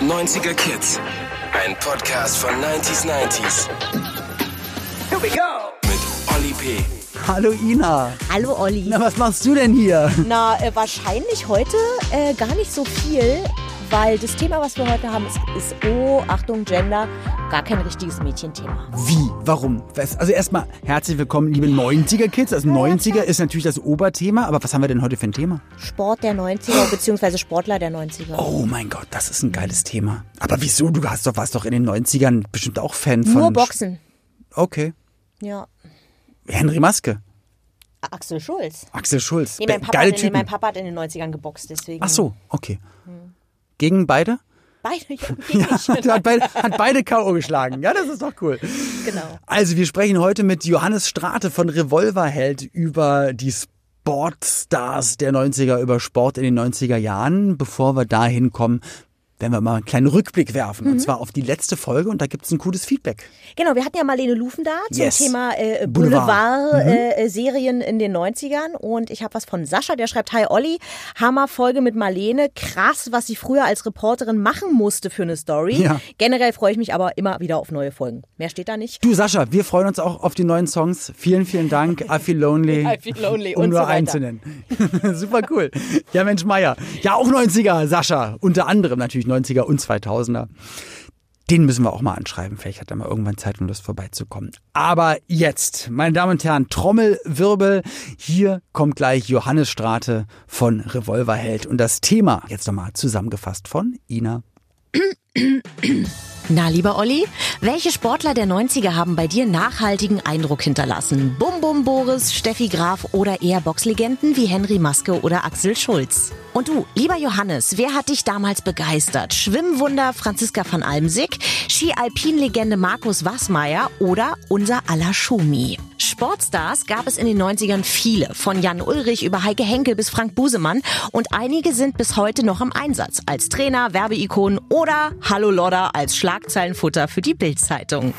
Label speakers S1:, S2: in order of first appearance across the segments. S1: 90er Kids. Ein Podcast von 90s 90s. Here we go! Mit Olli P.
S2: Hallo Ina.
S3: Hallo Olli.
S2: Na, was machst du denn hier?
S3: Na, äh, wahrscheinlich heute äh, gar nicht so viel, weil das Thema, was wir heute haben, ist, ist oh, Achtung, Gender, gar kein richtiges Mädchenthema.
S2: Wie? Warum? Was? Also erstmal herzlich willkommen, liebe 90er-Kids. Also 90er ist natürlich das Oberthema, aber was haben wir denn heute für ein Thema?
S3: Sport der 90er bzw. Sportler der 90er.
S2: Oh mein Gott, das ist ein geiles Thema. Aber wieso? Du hast doch, warst doch in den 90ern bestimmt auch Fan von...
S3: Nur Boxen.
S2: Okay.
S3: Ja.
S2: Henry Maske.
S3: Axel Schulz.
S2: Axel Schulz.
S3: Nee, mein
S2: Be-
S3: Papa,
S2: Geile
S3: hat in,
S2: Typen.
S3: mein Papa hat in den 90ern geboxt, deswegen.
S2: Ach so, okay. Gegen beide?
S3: Beide. Ja,
S2: hat, beide hat beide K.O. geschlagen. Ja, das ist doch cool.
S3: genau.
S2: Also wir sprechen heute mit Johannes Strate von Revolverheld über die Sportstars der 90er, über Sport in den 90er Jahren. Bevor wir dahin kommen, werden wir mal einen kleinen Rückblick werfen. Und zwar auf die letzte Folge und da gibt es ein cooles Feedback.
S3: Genau, wir hatten ja Marlene Lufen da zum
S2: Yes.
S3: Thema äh,
S2: Boulevard. Mhm.
S3: Boulevard-Serien in den 90ern. Und ich habe was von Sascha, der schreibt, Hi Olli, Hammerfolge mit Marlene. Krass, was sie früher als Reporterin machen musste für eine Story.
S2: Ja.
S3: Generell freue ich mich aber immer wieder auf neue Folgen. Mehr steht da nicht.
S2: Du Sascha, wir freuen uns auch auf die neuen Songs. Vielen, vielen Dank. I Feel Lonely.
S3: I Feel Lonely
S2: um
S3: und
S2: nur
S3: so weiter.
S2: einen zu nennen. Super cool. Ja, Mensch, Meier. Ja, auch 90er, Sascha. Unter anderem natürlich 90er und 2000er. Den müssen wir auch mal anschreiben. Vielleicht hat er mal irgendwann Zeit, um das vorbeizukommen. Aber jetzt, meine Damen und Herren, Trommelwirbel. Hier kommt gleich Johannes Strate von Revolverheld. Und das Thema jetzt nochmal zusammengefasst von Ina.
S4: Na, lieber Olli, welche Sportler der 90er haben bei dir nachhaltigen Eindruck hinterlassen? Bum Bum Boris, Steffi Graf oder eher Boxlegenden wie Henry Maske oder Axel Schulz? Und du, lieber Johannes, wer hat dich damals begeistert? Schwimmwunder Franziska van Almsick, Ski-Alpin-Legende Markus Wassmeier oder unser aller Schumi? Sportstars gab es in den 90ern viele, von Jan Ulrich über Heike Henkel bis Frank Busemann und einige sind bis heute noch im Einsatz als Trainer, Werbeikonen oder Hallo Lodder als Schlagzeilenfutter für die Bildzeitung.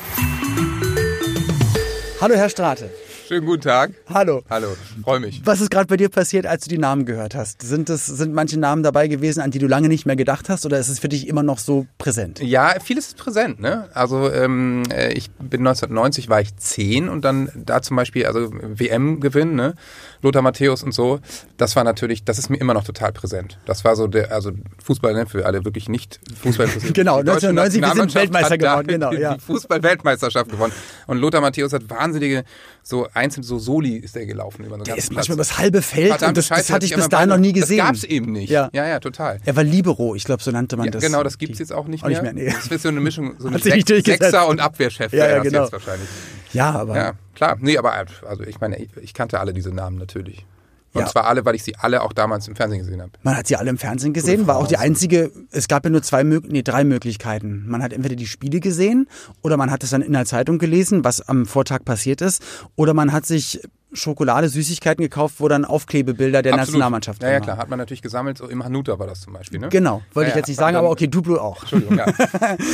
S2: Hallo, Herr Strate.
S5: Schönen guten Tag.
S2: Hallo.
S5: Hallo, freue mich.
S2: Was ist gerade bei dir passiert, als du die Namen gehört hast? Sind, das, sind manche Namen dabei gewesen, an die du lange nicht mehr gedacht hast, oder ist es für dich immer noch so präsent?
S5: Ja, vieles ist präsent, ne? Also ähm, äh, ich bin 1990 war ich 10 und dann da zum Beispiel, also WM gewinnen, ne? Lothar Matthäus und so, das war natürlich, das ist mir immer noch total präsent. Das war so der, also Fußball, ne, für alle wirklich nicht Fußball interessiert.
S2: Genau,
S5: Die deutsche
S2: 1990, wir sind
S5: Nationalmannschaft
S2: Weltmeister
S5: hat da
S2: geworden, genau,
S5: die-
S2: ja.
S5: Die Fußball-Weltmeisterschaft gewonnen. Und Lothar Matthäus hat wahnsinnige, so einzelne, so Soli ist der gelaufen über so
S2: Der
S5: ganzen
S2: ist manchmal
S5: Platz.
S2: das halbe Feld und
S5: Verdammte
S2: das, das
S5: Scheiße,
S2: hatte ich
S5: ja
S2: bis
S5: mal
S2: dahin noch
S5: beinahe-
S2: nie gesehen.
S5: Das gab's eben nicht.
S2: Ja.
S5: ja, ja total.
S2: Er war Libero, ich glaube, so nannte man
S5: Ja,
S2: das.
S5: genau, das gibt es jetzt auch nicht
S2: auch
S5: mehr.
S2: nicht mehr, nee.
S5: Das ist so eine Mischung, so ein
S2: Hat sich nicht
S5: Sech-
S2: durchgesetzt.
S5: Sechser und Abwehrchef
S2: Ja, ja,
S5: wäre das
S2: genau.
S5: jetzt wahrscheinlich.
S2: Ja, aber
S5: Ja, klar. Nee, aber also ich meine, ich, ich kannte alle diese Namen natürlich. Und
S2: Ja.
S5: zwar alle, weil ich sie alle auch damals im Fernsehen gesehen habe.
S2: man hat sie alle im Fernsehen gesehen, war auch die einzige, es gab ja nur zwei, mög- nee, drei Möglichkeiten. Man hat entweder die Spiele gesehen oder man hat es dann in der Zeitung gelesen, was am Vortag passiert ist, oder man hat sich Schokolade, Süßigkeiten gekauft, wo dann Aufklebebilder der
S5: Absolut.
S2: Nationalmannschaft
S5: Ja, ja,
S2: drin waren.
S5: klar. Hat man natürlich gesammelt. So im Hanuta war das zum Beispiel, ne?
S2: Genau, wollte
S5: Ja,
S2: ich
S5: ja,
S2: jetzt nicht sagen,
S5: dann-
S2: aber okay, Duplo auch.
S5: Entschuldigung, ja.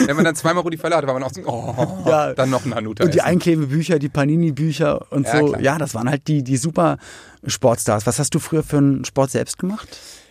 S5: Wenn man dann zweimal Rudi Völler hatte, war man auch so, oh,
S2: Ja.
S5: dann noch ein Hanuta.
S2: Und die
S5: essen.
S2: Einklebebücher, die Panini-Bücher und
S5: Ja,
S2: so.
S5: klar.
S2: Ja, das waren halt die, die super Sportstars. Was hast du früher für einen Sport selbst gemacht?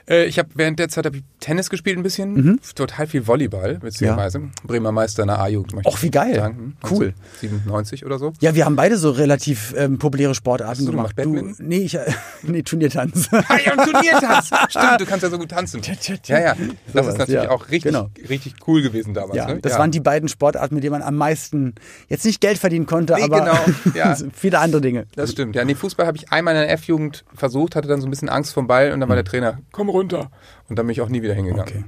S5: Äh, ich habe während der Zeit hab ich Tennis gespielt ein bisschen,
S2: Mhm.
S5: total viel Volleyball, beziehungsweise Bremer Meister in der A-Jugend. möchte
S2: Och, wie geil.
S5: ich sagen.
S2: Cool.
S5: 97 oder so.
S2: Ja, wir haben beide so relativ ähm, populäre Sportarten
S5: Hast du
S2: gemacht.
S5: gemacht Badminton?
S2: nee, ich, äh, nee, Turniertanz.
S5: Ah, ja, und Turniertanz. Stimmt, du kannst ja so gut tanzen. Ja, ja. Das
S2: Sowas,
S5: ist natürlich
S2: ja.
S5: auch richtig,
S2: Genau.
S5: richtig cool gewesen damals.
S2: ja,
S5: ne?
S2: das waren die beiden Sportarten, mit denen man am meisten jetzt nicht Geld verdienen konnte,
S5: Nee,
S2: aber
S5: genau, ja.
S2: viele andere Dinge.
S5: Das stimmt. Ja, nee, Fußball habe ich einmal in der F-Jugend versucht, hatte dann so ein bisschen Angst vom Ball und dann war der Trainer, komm runter. Und dann bin ich auch nie wieder hingegangen.
S2: Hm. Okay.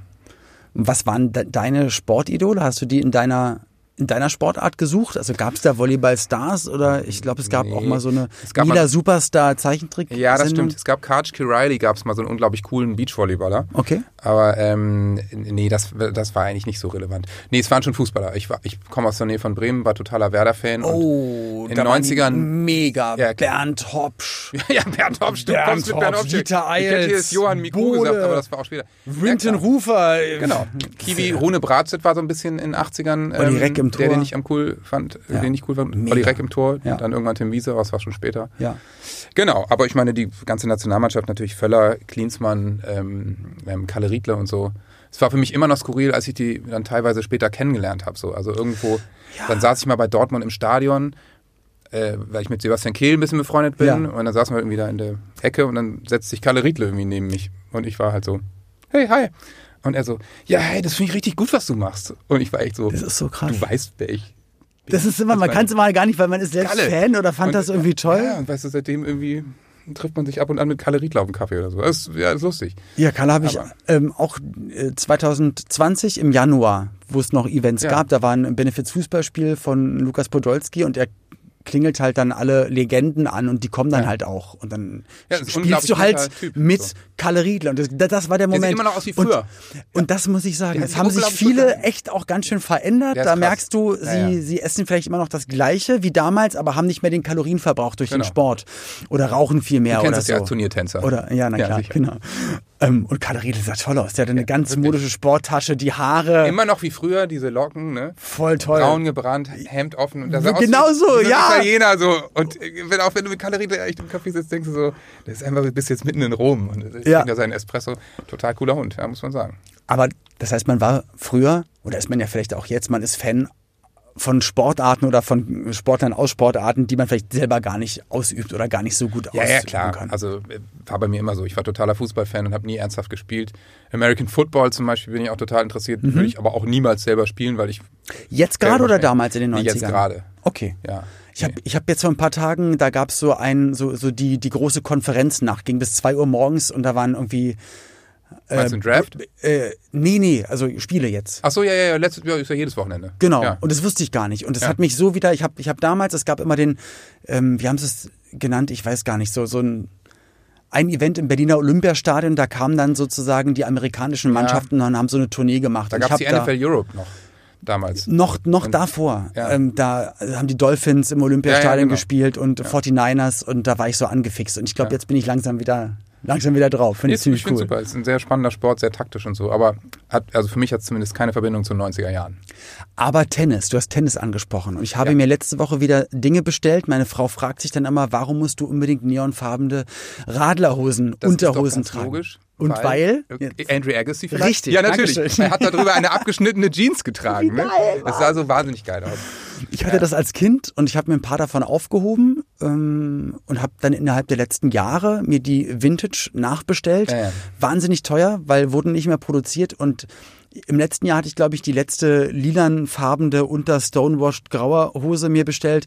S2: Was waren de deine Sportidole? Hast du die in deiner in deiner Sportart gesucht? Also gab es da Volleyball-Stars oder ich glaube, es gab
S5: Nee.
S2: auch mal so eine
S5: Es gab
S2: lila
S5: mal-
S2: Superstar-Zeichentrick.
S5: Ja, das
S2: Sendung?
S5: stimmt. Es gab Karch Riley, gab es mal so einen unglaublich coolen Beachvolleyballer.
S2: Okay.
S5: Aber ähm, nee, das, das war eigentlich nicht so relevant. Nee, es waren schon Fußballer. Ich, war- ich komme aus der Nähe von Bremen, war totaler Werder-Fan.
S2: Oh,
S5: und in
S2: da
S5: den
S2: waren die
S5: 90ern.
S2: Mega.
S5: Ja, klar.
S2: Bernd Hopsch.
S5: Ja, Bernd Hopf, du
S2: Bernd
S5: kommst mit Bernd
S2: Hopf,
S5: Hopf. Ich
S2: Dieter
S5: hätte
S2: Eils,
S5: jetzt Johann Miku
S2: Bode,
S5: gesagt, aber das war auch später.
S2: Winton
S5: Ja, klar.
S2: Rufer. äh,
S5: Genau. Kiwi, Rune Bratzett war so ein bisschen in den 80ern.
S2: Olli Reck im Tor.
S5: Der, den ich am cool fand, äh, den ich cool fand.
S2: Mega.
S5: Olli Reck im Tor,
S2: Ja.
S5: dann irgendwann Tim Wiese, aber das war schon später.
S2: Ja.
S5: Genau, aber ich meine, die ganze Nationalmannschaft natürlich Völler, Klinsmann, ähm, ähm, Kalle Riedler und so. es war für mich immer noch skurril, als ich die dann teilweise später kennengelernt habe. So. Also irgendwo, dann saß ich mal bei Dortmund im Stadion, äh, weil ich mit Sebastian Kehl ein bisschen befreundet bin.
S2: Ja.
S5: Und dann saßen wir irgendwie da in der Ecke und dann setzt sich Kalle Riedle irgendwie neben mich. Und ich war halt so, hey, hi. Und er so, ja, hey, das finde ich richtig gut, was du machst. Und ich war echt so,
S2: Das ist so krass.
S5: du weißt, wer ich
S2: Das ist immer, man
S5: meine-
S2: kann es immer gar nicht, weil man ist selbst
S5: Kalle.
S2: Fan oder fand
S5: Und,
S2: das irgendwie toll.
S5: Ja, und weißt du, seitdem irgendwie trifft man sich ab und an mit Kalle Riedler auf dem Kaffee oder so. Das ist, ja, ist lustig.
S2: Ja, Kalle habe ich
S5: Aber-
S2: ähm, auch äh, 2020 im Januar, wo es noch Events
S5: Ja.
S2: gab, da war ein Benefits-Fußballspiel von Lukas Podolski und er klingelt halt dann alle Legenden an und die kommen dann halt auch. Und dann
S5: Ja, das ist ein
S2: spielst du
S5: unglaublich
S2: halt
S5: guter Typ,
S2: mit
S5: so.
S2: Kalle Riedler. Und das, das war der Moment.
S5: immer noch aus wie früher.
S2: Und, und das muss ich sagen,
S5: Der
S2: es
S5: hat
S2: haben
S5: sich
S2: sich
S5: unglaublich
S2: viele
S5: verändert.
S2: echt auch ganz schön verändert.
S5: Der ist
S2: Da
S5: krass.
S2: merkst du, sie,
S5: Ja, ja.
S2: sie essen vielleicht immer noch das Gleiche wie damals, aber haben nicht mehr den Kalorienverbrauch durch den
S5: Genau.
S2: Sport. Oder rauchen viel mehr
S5: Du kennst
S2: oder
S5: es
S2: so.
S5: ja als Turniertänzer.
S2: Oder, ja, na
S5: Ja,
S2: klar,
S5: sicher.
S2: genau. Ähm, und Karl Riedel sah toll aus. Der hatte eine ganz modische Sporttasche, die Haare,
S5: Immer noch wie früher, diese Locken, ne?
S2: voll toll.
S5: Braun gebrannt, Hemd offen. Und das sah aus
S2: Genau
S5: wie-
S2: so,
S5: wie ein
S2: ja.
S5: Italiener so. Und äh, wenn, auch wenn du mit Kalle Riedler echt im Kaffee sitzt, denkst du so, das ist einfach, du bist jetzt mitten in Rom. Und äh,
S2: Ja.
S5: trinkt da seinen Espresso. Total cooler Hund, ja, muss man sagen.
S2: Aber das heißt, man war früher, oder ist man ja vielleicht auch jetzt, man ist Fan von Sportarten oder von Sportlern aus Sportarten, die man vielleicht selber gar nicht ausübt oder gar nicht so gut
S5: Ja,
S2: ausüben
S5: ja, klar.
S2: kann.
S5: Also äh, war bei mir immer so. Ich war totaler Fußballfan und habe nie ernsthaft gespielt. American Football zum Beispiel bin ich auch total interessiert.
S2: Mhm.
S5: Würde ich aber auch niemals selber spielen, weil ich.
S2: jetzt gerade
S5: selber
S2: oder
S5: Fan-
S2: damals in den 90ern?
S5: Nee, Jetzt gerade.
S2: Okay.
S5: Ja.
S2: Ich habe ich hab jetzt vor ein paar Tagen, da gab es so ein, so, so die, die große Konferenznacht, ging bis 2 Uhr morgens und da waren irgendwie, Ähm,
S5: Meinst du einen Draft?
S2: äh, nee, nee, also Spiele jetzt.
S5: Achso, ja, ja, ja. Letztes Jahr ist ja jedes Wochenende.
S2: Genau.
S5: Ja.
S2: Und das wusste ich gar nicht. Und das
S5: Ja.
S2: hat mich so wieder, ich habe ich hab damals, es gab immer den, ähm, wie haben sie es genannt, ich weiß gar nicht, so, so ein, ein Event im Berliner Olympiastadion, da kamen dann sozusagen die amerikanischen Mannschaften und haben so eine Tournee gemacht.
S5: da
S2: Und ich
S5: gab es die
S2: hab da-
S5: NFL Europe noch damals.
S2: noch, noch davor.
S5: Ja.
S2: Ähm, da haben die Dolphins im Olympiastadion
S5: Ja, ja, genau.
S2: gespielt und 49ers und da war ich so angefixt. Und ich glaube, jetzt bin ich langsam wieder, langsam wieder drauf. Finde ich
S5: Ist, ich
S2: ziemlich
S5: finde
S2: cool.
S5: super. Ist ein sehr spannender Sport, sehr taktisch und so. Aber hat, also für mich hat es zumindest keine Verbindung zu den 90er Jahren.
S2: Aber Tennis, du hast Tennis angesprochen. Und ich habe mir letzte Woche wieder Dinge bestellt. Meine Frau fragt sich dann immer, warum musst du unbedingt neonfarbene Radlerhosen,
S5: Das ist doch
S2: Unterhosen
S5: ganz
S2: tragen?
S5: Logisch,
S2: Und weil?
S5: Äh, Andrew Agassi vielleicht?
S2: Richtig,
S5: Ja, natürlich.
S2: Dankeschön.
S5: Er hat darüber eine abgeschnittene Jeans getragen. Ne? Das sah so wahnsinnig geil aus.
S2: Ich hatte das als Kind und ich habe mir ein paar davon aufgehoben ähm, und habe dann innerhalb der letzten Jahre mir die Vintage nachbestellt.
S5: Ja, ja.
S2: Wahnsinnig teuer, weil wurden nicht mehr produziert und im letzten Jahr hatte ich, glaube ich, die letzte lilanfarbende unter Stonewashed grauer Hose mir bestellt.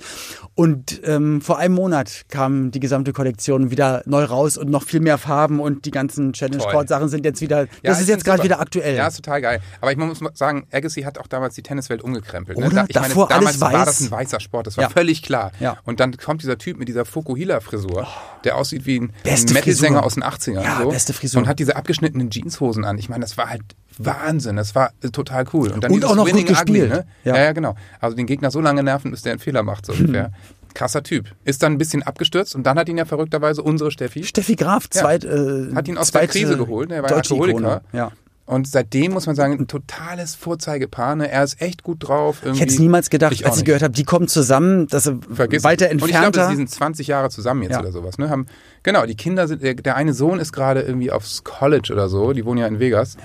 S2: Und ähm, vor einem Monat kam die gesamte Kollektion wieder neu raus und noch viel mehr Farben und die ganzen Challenge
S5: Toll.
S2: Court Sachen sind jetzt wieder,
S5: Ja,
S2: das
S5: ich
S2: ist jetzt
S5: find's
S2: gerade
S5: super.
S2: wieder aktuell.
S5: Ja, ist total geil. Aber ich muss mal sagen, Agassi hat auch damals die Tenniswelt umgekrempelt. ne?
S2: Oder?
S5: Da- Ich meine,
S2: Davor
S5: damals
S2: alles weiß.
S5: war das ein weißer Sport, das war
S2: Ja.
S5: völlig klar.
S2: Ja. Oh.
S5: Und dann kommt dieser Typ mit dieser Fokuhila-Frisur, der aussieht wie ein
S2: Beste
S5: Metal-Sänger
S2: Frisur.
S5: aus den 80ern.
S2: Ja,
S5: so.
S2: beste Frisur.
S5: Und hat diese abgeschnittenen Jeanshosen an. Ich meine, das war halt Wahnsinn, das war äh, total cool. Und, dann
S2: Und
S5: dieses
S2: auch noch gut
S5: Winning
S2: gespielt.
S5: Ugly, ne?
S2: Ja.
S5: ja, ja, genau. Also den Gegner so lange nerven, bis der einen Fehler macht, so ungefähr. Krasser Typ. Ist dann ein bisschen abgestürzt und dann hat ihn ja verrückterweise unsere Steffi
S2: Steffi Graf,
S5: Ja.
S2: zweit, äh,
S5: hat ihn aus
S2: zweite
S5: der Krise geholt. ne? Er war ja
S2: deutsche
S5: Alkoholiker.
S2: Ikone. Ja.
S5: Und seitdem muss man sagen, ein totales Vorzeigepaar. Ne? Er ist echt gut drauf.
S2: Ich
S5: Irgendwie.
S2: hätte es niemals gedacht,
S5: Ich auch
S2: als ich
S5: nicht.
S2: gehört habe, die kommen zusammen, dass sie
S5: Vergiss es.
S2: weiter
S5: Und ich glaube, dass
S2: entfernter.
S5: die sind 20 Jahre zusammen jetzt
S2: Ja.
S5: oder sowas. Ne? Haben, genau, die Kinder sind, der, der eine Sohn ist gerade irgendwie aufs College oder so, die wohnen ja in Vegas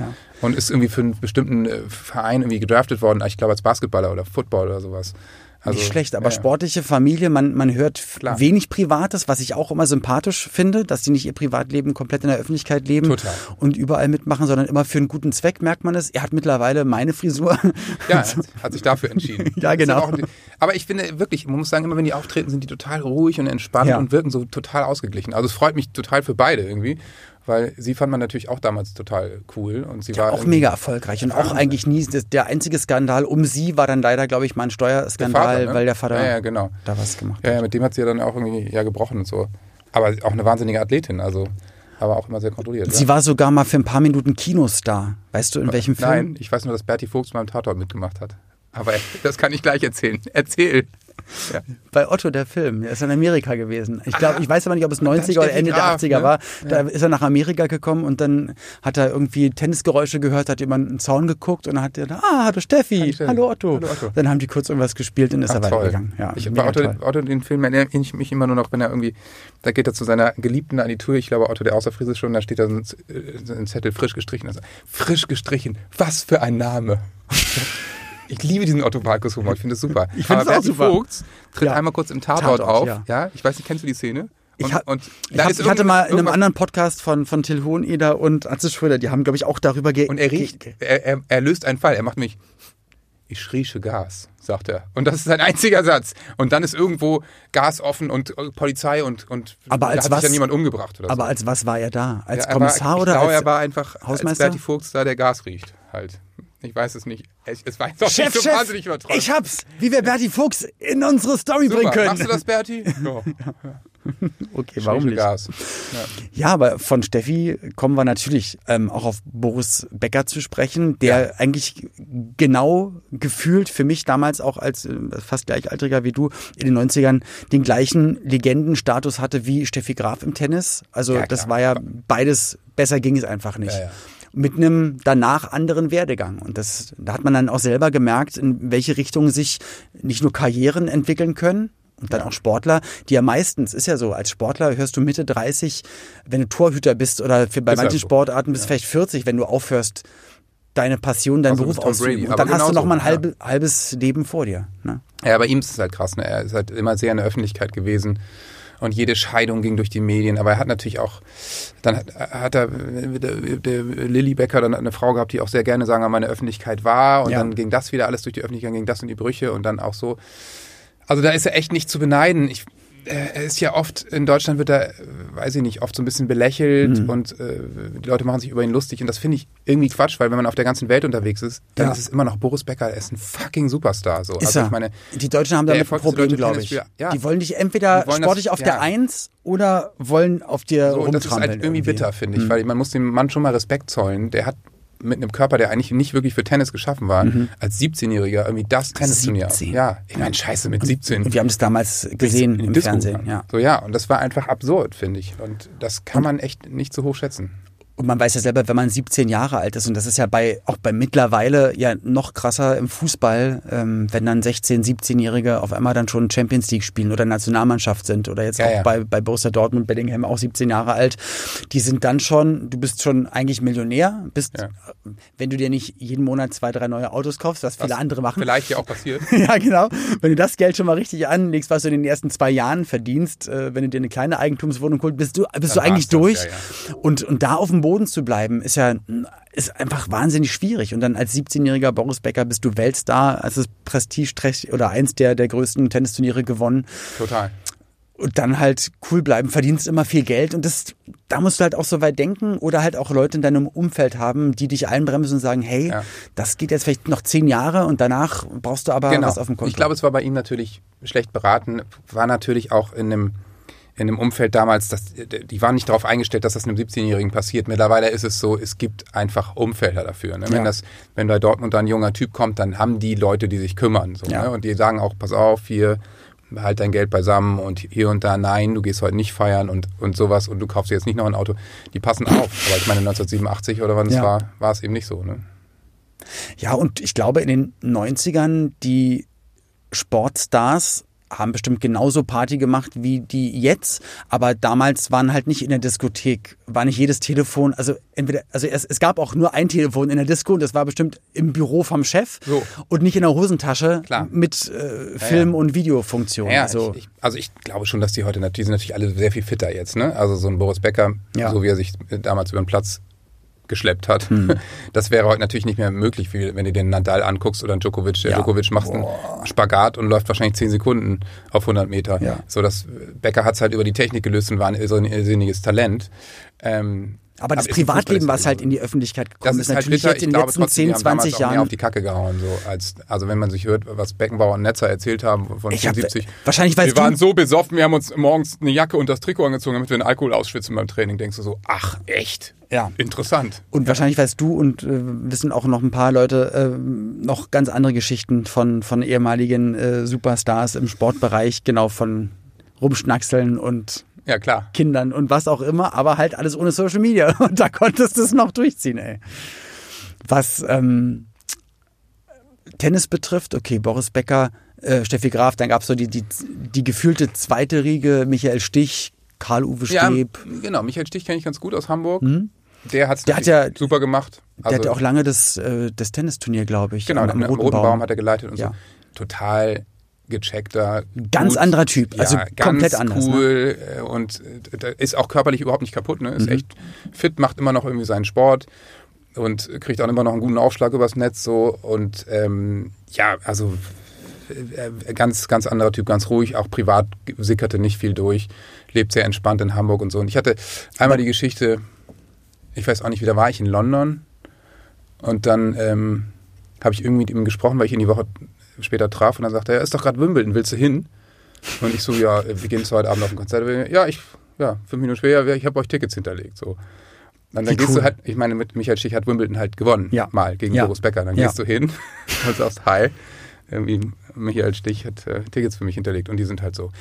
S5: und ist irgendwie für einen bestimmten äh, Verein irgendwie gedraftet worden, ich glaube als Basketballer oder Football oder sowas. Also,
S2: nicht schlecht, aber
S5: ja.
S2: sportliche Familie, man, man hört f-
S5: Klar.
S2: wenig Privates, was ich auch immer sympathisch finde, dass die nicht ihr Privatleben komplett in der Öffentlichkeit leben
S5: Total.
S2: und überall mitmachen, sondern immer für einen guten Zweck merkt man es. Er hat mittlerweile meine Frisur.
S5: Ja, hat sich dafür entschieden.
S2: Ja,
S5: Ist
S2: genau.
S5: aber auch- aber ich finde wirklich, man muss sagen, immer wenn die auftreten, sind die total ruhig und entspannt
S2: Ja.
S5: und wirken so total ausgeglichen. Also es freut mich total für beide irgendwie, weil sie fand man natürlich auch damals total cool und sie war
S2: auch
S5: irgendwie-
S2: mega erfolgreich und auch eigentlich nie das- der einzige Skandal um sie war dann leider, glaube ich, mein Steuerskandal,
S5: Vater, ne?
S2: weil der Vater
S5: Ja, ja, genau.
S2: da was gemacht
S5: Ja,
S2: hat.
S5: ja, mit dem hat sie ja dann auch irgendwie ja gebrochen und so. Aber auch eine wahnsinnige Athletin, also aber auch immer sehr kontrolliert. ne?
S2: Sie
S5: ja.
S2: war sogar mal für ein paar Minuten Kinostar. Weißt du, in welchem Film?
S5: Nein, ich weiß nur, dass Berti Vogts beim Tatort mitgemacht hat. Aber das kann ich gleich erzählen. Erzähl.
S2: Ja. Bei Otto, der Film, der ist in Amerika gewesen. Ich glaube, ich weiß aber nicht, ob es 90er oder Ende
S5: Graf,
S2: der 80er
S5: ne?
S2: war. Da ist er nach Amerika gekommen und dann hat er irgendwie Tennisgeräusche gehört, hat jemand einen Zaun geguckt und dann hat er gedacht, ah, hallo Steffi,
S5: Steffi.
S2: hallo Otto.
S5: Hallo Otto.
S2: Dann haben die kurz irgendwas gespielt und ist er
S5: Ach, toll.
S2: weitergegangen. Ja,
S5: ich,
S2: mega
S5: bei Otto,
S2: toll.
S5: Otto, den Film erinnere ich mich immer nur noch, wenn er irgendwie, da geht er zu seiner Geliebten an die Tür, ich glaube Otto der Außerfriesische, und da steht da so ein, Z- äh, so ein Zettel frisch gestrichen. Also, frisch gestrichen, was für ein Name. Ich liebe diesen Otto Barkus Humor, ich finde das super.
S2: Ich
S5: Aber
S2: finde es auch
S5: Berti
S2: super.
S5: Vogts tritt
S2: Ja.
S5: einmal kurz im Tatort,
S2: Tatort,
S5: auf.
S2: ja.
S5: Ja. ich weiß nicht, kennst du die Szene? Und,
S2: Ich, hab, ich,
S5: da
S2: hab,
S5: ist
S2: ich hatte
S5: irgend-
S2: mal in einem
S5: irgendwas-
S2: anderen Podcast von, von Till Hoheneder und Atze Schröder, die haben, glaube ich, auch darüber ge
S5: Und er
S2: ge-
S5: riecht, er, er, er löst einen Fall. Er macht mich, ich rieche Gas, sagt er. Und das ist sein einziger Satz. Und dann ist irgendwo Gas offen und äh, Polizei und, und
S2: Aber
S5: da
S2: als
S5: hat
S2: was-
S5: sich dann jemand umgebracht oder
S2: Aber
S5: so.
S2: als was war er da? Als
S5: Ja, er
S2: Kommissar
S5: war,
S2: oder
S5: ich glaube,
S2: als
S5: er war einfach
S2: Hausmeister?
S5: als Berti Vogts da, der Gas riecht halt. Ich weiß es nicht. Es, es war jetzt auch
S2: Chef,
S5: nicht so
S2: Chef,
S5: wahnsinnig übertroffen.
S2: ich hab's, wie wir Berti Fuchs in unsere Story bringen
S5: Super.
S2: können.
S5: Machst du das, Berti? Ja.
S2: Okay,
S5: Ich
S2: warum
S5: rieche
S2: nicht?
S5: Gas.
S2: Ja, aber von Steffi kommen wir natürlich ähm, auch auf Boris Becker zu sprechen, der eigentlich genau gefühlt für mich damals auch als äh, fast gleichaltriger wie du in den 90ern den gleichen Legendenstatus hatte wie Steffi Graf im Tennis. Also
S5: Ja,
S2: das
S5: klar.
S2: war ja beides, besser ging es einfach nicht.
S5: Ja, ja.
S2: Mit einem danach anderen Werdegang. Und das, da hat man dann auch selber gemerkt, in welche Richtung sich nicht nur Karrieren entwickeln können, und dann auch Sportler, die ja meistens, ist ja so, als Sportler hörst du Mitte 30, wenn du Torhüter bist oder für, bei
S5: Ist halt
S2: manchen
S5: so.
S2: Sportarten bis vielleicht 40, wenn du aufhörst, deine Passion, deinen
S5: Außer du
S2: Beruf
S5: bist Tom Brady,
S2: auszuüben. Und
S5: aber
S2: dann hast du
S5: genauso,
S2: noch mal ein
S5: ja.
S2: halbe, halbes Leben vor dir. Ne?
S5: Ja, bei ihm ist es halt krass. Ne? Er ist halt immer sehr in der Öffentlichkeit gewesen und jede Scheidung ging durch die Medien. Aber er hat natürlich auch, dann hat, hat er, äh, der, der Lilly Becker dann eine Frau gehabt, die auch sehr gerne, sagen wir mal, in der Öffentlichkeit war. Und
S2: Ja.
S5: dann ging das wieder alles durch die Öffentlichkeit, ging das in die Brüche und dann auch so. Also da ist er echt nicht zu beneiden. Ich, äh, er ist ja oft, in Deutschland wird er, äh, weiß ich nicht, oft so ein bisschen belächelt
S2: Mhm.
S5: und äh, die Leute machen sich über ihn lustig. Und das finde ich irgendwie Quatsch, weil wenn man auf der ganzen Welt unterwegs ist, dann
S2: Ja.
S5: ist es immer noch Boris Becker, er ist ein fucking Superstar. So.
S2: Ist
S5: also
S2: ja.
S5: ich meine,
S2: die Deutschen haben
S5: der
S2: damit ein
S5: Erfolg des
S2: Problem,
S5: deutschen
S2: glaube ich.
S5: Tennisspielers, ja.
S2: Die wollen dich entweder
S5: Die wollen das-
S2: sportlich auf
S5: ja.
S2: der Eins oder wollen auf dir
S5: So, und das ist
S2: rumtrampeln. Mhm.
S5: halt irgendwie, bitter, finde ich, weil man muss dem Mann schon mal Respekt zollen. Der hat mit einem Körper, der eigentlich nicht wirklich für Tennis geschaffen war,
S2: Mhm.
S5: als 17-Jähriger irgendwie das Tennisturnier.
S2: 17.
S5: Ja, ich meine, scheiße, mit 17.
S2: Und wir haben es damals gesehen im
S5: Disco
S2: Fernsehen.
S5: gegangen.
S2: Ja.
S5: So ja, und das war einfach absurd, finde ich. Und das kann man echt nicht so hoch schätzen.
S2: Und man weiß ja selber, wenn man 17 Jahre alt ist, und das ist ja bei, auch bei mittlerweile ja noch krasser im Fußball, ähm, wenn dann 16-, 17-Jährige auf einmal dann schon Champions League spielen oder Nationalmannschaft sind oder jetzt
S5: Ja,
S2: auch
S5: ja.
S2: Bei, bei Borussia Dortmund, Bellingham auch 17 Jahre alt, die sind dann schon, du bist schon eigentlich Millionär, bist,
S5: Ja.
S2: äh, wenn du dir nicht jeden Monat zwei, drei neue Autos kaufst, was viele
S5: Was
S2: andere machen.
S5: Vielleicht ja auch passiert.
S2: Ja, genau. Wenn du das Geld schon mal richtig anlegst, was du in den ersten zwei Jahren verdienst, äh, wenn du dir eine kleine Eigentumswohnung holst, bist du, bist du
S5: Dann
S2: eigentlich
S5: war's das,
S2: durch.
S5: ja,
S2: Und, und da auf dem Boden zu bleiben, ist ja ist einfach wahnsinnig schwierig. Und dann als 17-jähriger Boris Becker bist du Weltstar, hast das Prestigeträchtig oder eins der, der größten Tennisturniere gewonnen
S5: Total.
S2: und dann halt cool bleiben, verdienst immer viel Geld und das, da musst du halt auch so weit denken oder halt auch Leute in deinem Umfeld haben, die dich einbremsen und sagen, hey,
S5: Ja.
S2: das geht jetzt vielleicht noch zehn Jahre und danach brauchst du aber was auf dem Konto.
S5: Genau. Ich glaube, es war bei ihm natürlich schlecht beraten, war natürlich auch in einem, in einem Umfeld damals, dass, die waren nicht darauf eingestellt, dass das einem 17-Jährigen passiert. Mittlerweile ist es so, es gibt einfach Umfelder dafür. Ne? Wenn,
S2: Ja.
S5: das, wenn bei Dortmund dann ein junger Typ kommt, dann haben die Leute, die sich kümmern. So,
S2: Ja.
S5: ne? Und die sagen auch, pass auf, hier halt dein Geld beisammen und hier und da, nein, du gehst heute nicht feiern und, und sowas und du kaufst dir jetzt nicht noch ein Auto. Die passen auf. Aber ich meine, 1987 oder wann es
S2: Ja.
S5: war, war es eben nicht so. Ne?
S2: Ja, und ich glaube, in den 90ern, die Sportstars haben bestimmt genauso Party gemacht wie die jetzt, aber damals waren halt nicht in der Diskothek, war nicht jedes Telefon, also entweder, also es, es gab auch nur ein Telefon in der Disco und das war bestimmt im Büro vom Chef
S5: So.
S2: und nicht in der Hosentasche
S5: Klar.
S2: mit äh, Film- und Videofunktion.
S5: Ja,
S2: also,
S5: also ich, ich, also ich glaube schon, dass die heute natürlich, die sind natürlich alle sehr viel fitter jetzt. Ne? Also so ein Boris Becker,
S2: Ja.
S5: so wie er sich äh, damals über den Platz geschleppt hat.
S2: Hm.
S5: Das wäre heute natürlich nicht mehr möglich, wie wenn du den Nadal anguckst oder einen Djokovic. Der
S2: Ja.
S5: Djokovic macht einen Spagat und läuft wahrscheinlich 10 Sekunden auf 100 Meter.
S2: Ja.
S5: So dass Becker hat es halt über die Technik gelöst und war ein irrsinniges Talent. Ähm,
S2: Aber das
S5: ist ein
S2: Privatleben,
S5: Fußball
S2: was halt in die Öffentlichkeit
S5: Das
S2: gekommen ist,
S5: ist halt
S2: natürlich
S5: bitter.
S2: jetzt
S5: Ich
S2: in den
S5: glaube
S2: letzten
S5: trotzdem, die
S2: 10,
S5: haben damals
S2: 20
S5: auch mehr
S2: Jahren.
S5: auf die Kacke gehauen. So als, also wenn man sich hört, was Beckenbauer und Netzer erzählt haben von
S2: Ich hab-
S5: 74.
S2: wahrscheinlich, weil
S5: wir
S2: es du-
S5: waren so besoffen, wir haben uns morgens eine Jacke und das Trikot angezogen, damit wir den Alkohol ausschwitzen beim Training. Denkst du so, ach echt?
S2: Ja.
S5: Interessant.
S2: Und wahrscheinlich weißt du und äh, wissen auch noch ein paar Leute ähm, noch ganz andere Geschichten von, von ehemaligen äh, Superstars im Sportbereich, genau von Rumschnackseln und
S5: Ja klar.
S2: Kindern und was auch immer, aber halt alles ohne Social Media. Und da konntest du es noch durchziehen, ey. Was ähm, Tennis betrifft, okay, Boris Becker, äh, Steffi Graf, dann gab es so die, die, die gefühlte zweite Riege, Michael Stich, Karl-Uwe
S5: Ja,
S2: Steb.
S5: genau. Michael Stich kenne ich ganz gut aus Hamburg. Der, hat's
S2: Hm? Der
S5: natürlich
S2: hat ja-
S5: super gemacht.
S2: Der
S5: Also-
S2: hatte auch lange das, äh, das Tennisturnier, glaube ich.
S5: Genau,
S2: am, am Roten Baum.
S5: hat er geleitet und
S2: Ja.
S5: so. Total gecheckter.
S2: Ganz
S5: gut.
S2: anderer Typ, also
S5: ja, ganz
S2: komplett anders. Ne?
S5: cool äh, und äh, da ist auch körperlich überhaupt nicht kaputt. Ne? Ist
S2: Mhm.
S5: echt fit, macht immer noch irgendwie seinen Sport und kriegt auch immer noch einen guten Aufschlag übers Netz so und ähm, ja, also äh, ganz, ganz anderer Typ, ganz ruhig, auch privat sickerte nicht viel durch, lebt sehr entspannt in Hamburg und so. Und ich hatte einmal die Geschichte, ich weiß auch nicht, wie da war ich in London und dann ähm, habe ich irgendwie mit ihm gesprochen, weil ich ihn die Woche später traf und dann sagte er, ist doch gerade Wimbledon, willst du hin? Und ich so, ja, wir gehen zwar heute Abend auf ein Konzert. Ja, ich, ja, fünf Minuten später, ich habe euch Tickets hinterlegt. So. Und dann
S2: Wie
S5: gehst
S2: cool.
S5: du halt, ich meine, mit Michael Stich hat Wimbledon halt gewonnen,
S2: Ja.
S5: mal gegen
S2: Ja.
S5: Boris Becker. Dann
S2: Ja.
S5: gehst du hin und sagst, hi, irgendwie Michael Stich hat äh, Tickets für mich hinterlegt und die sind halt so,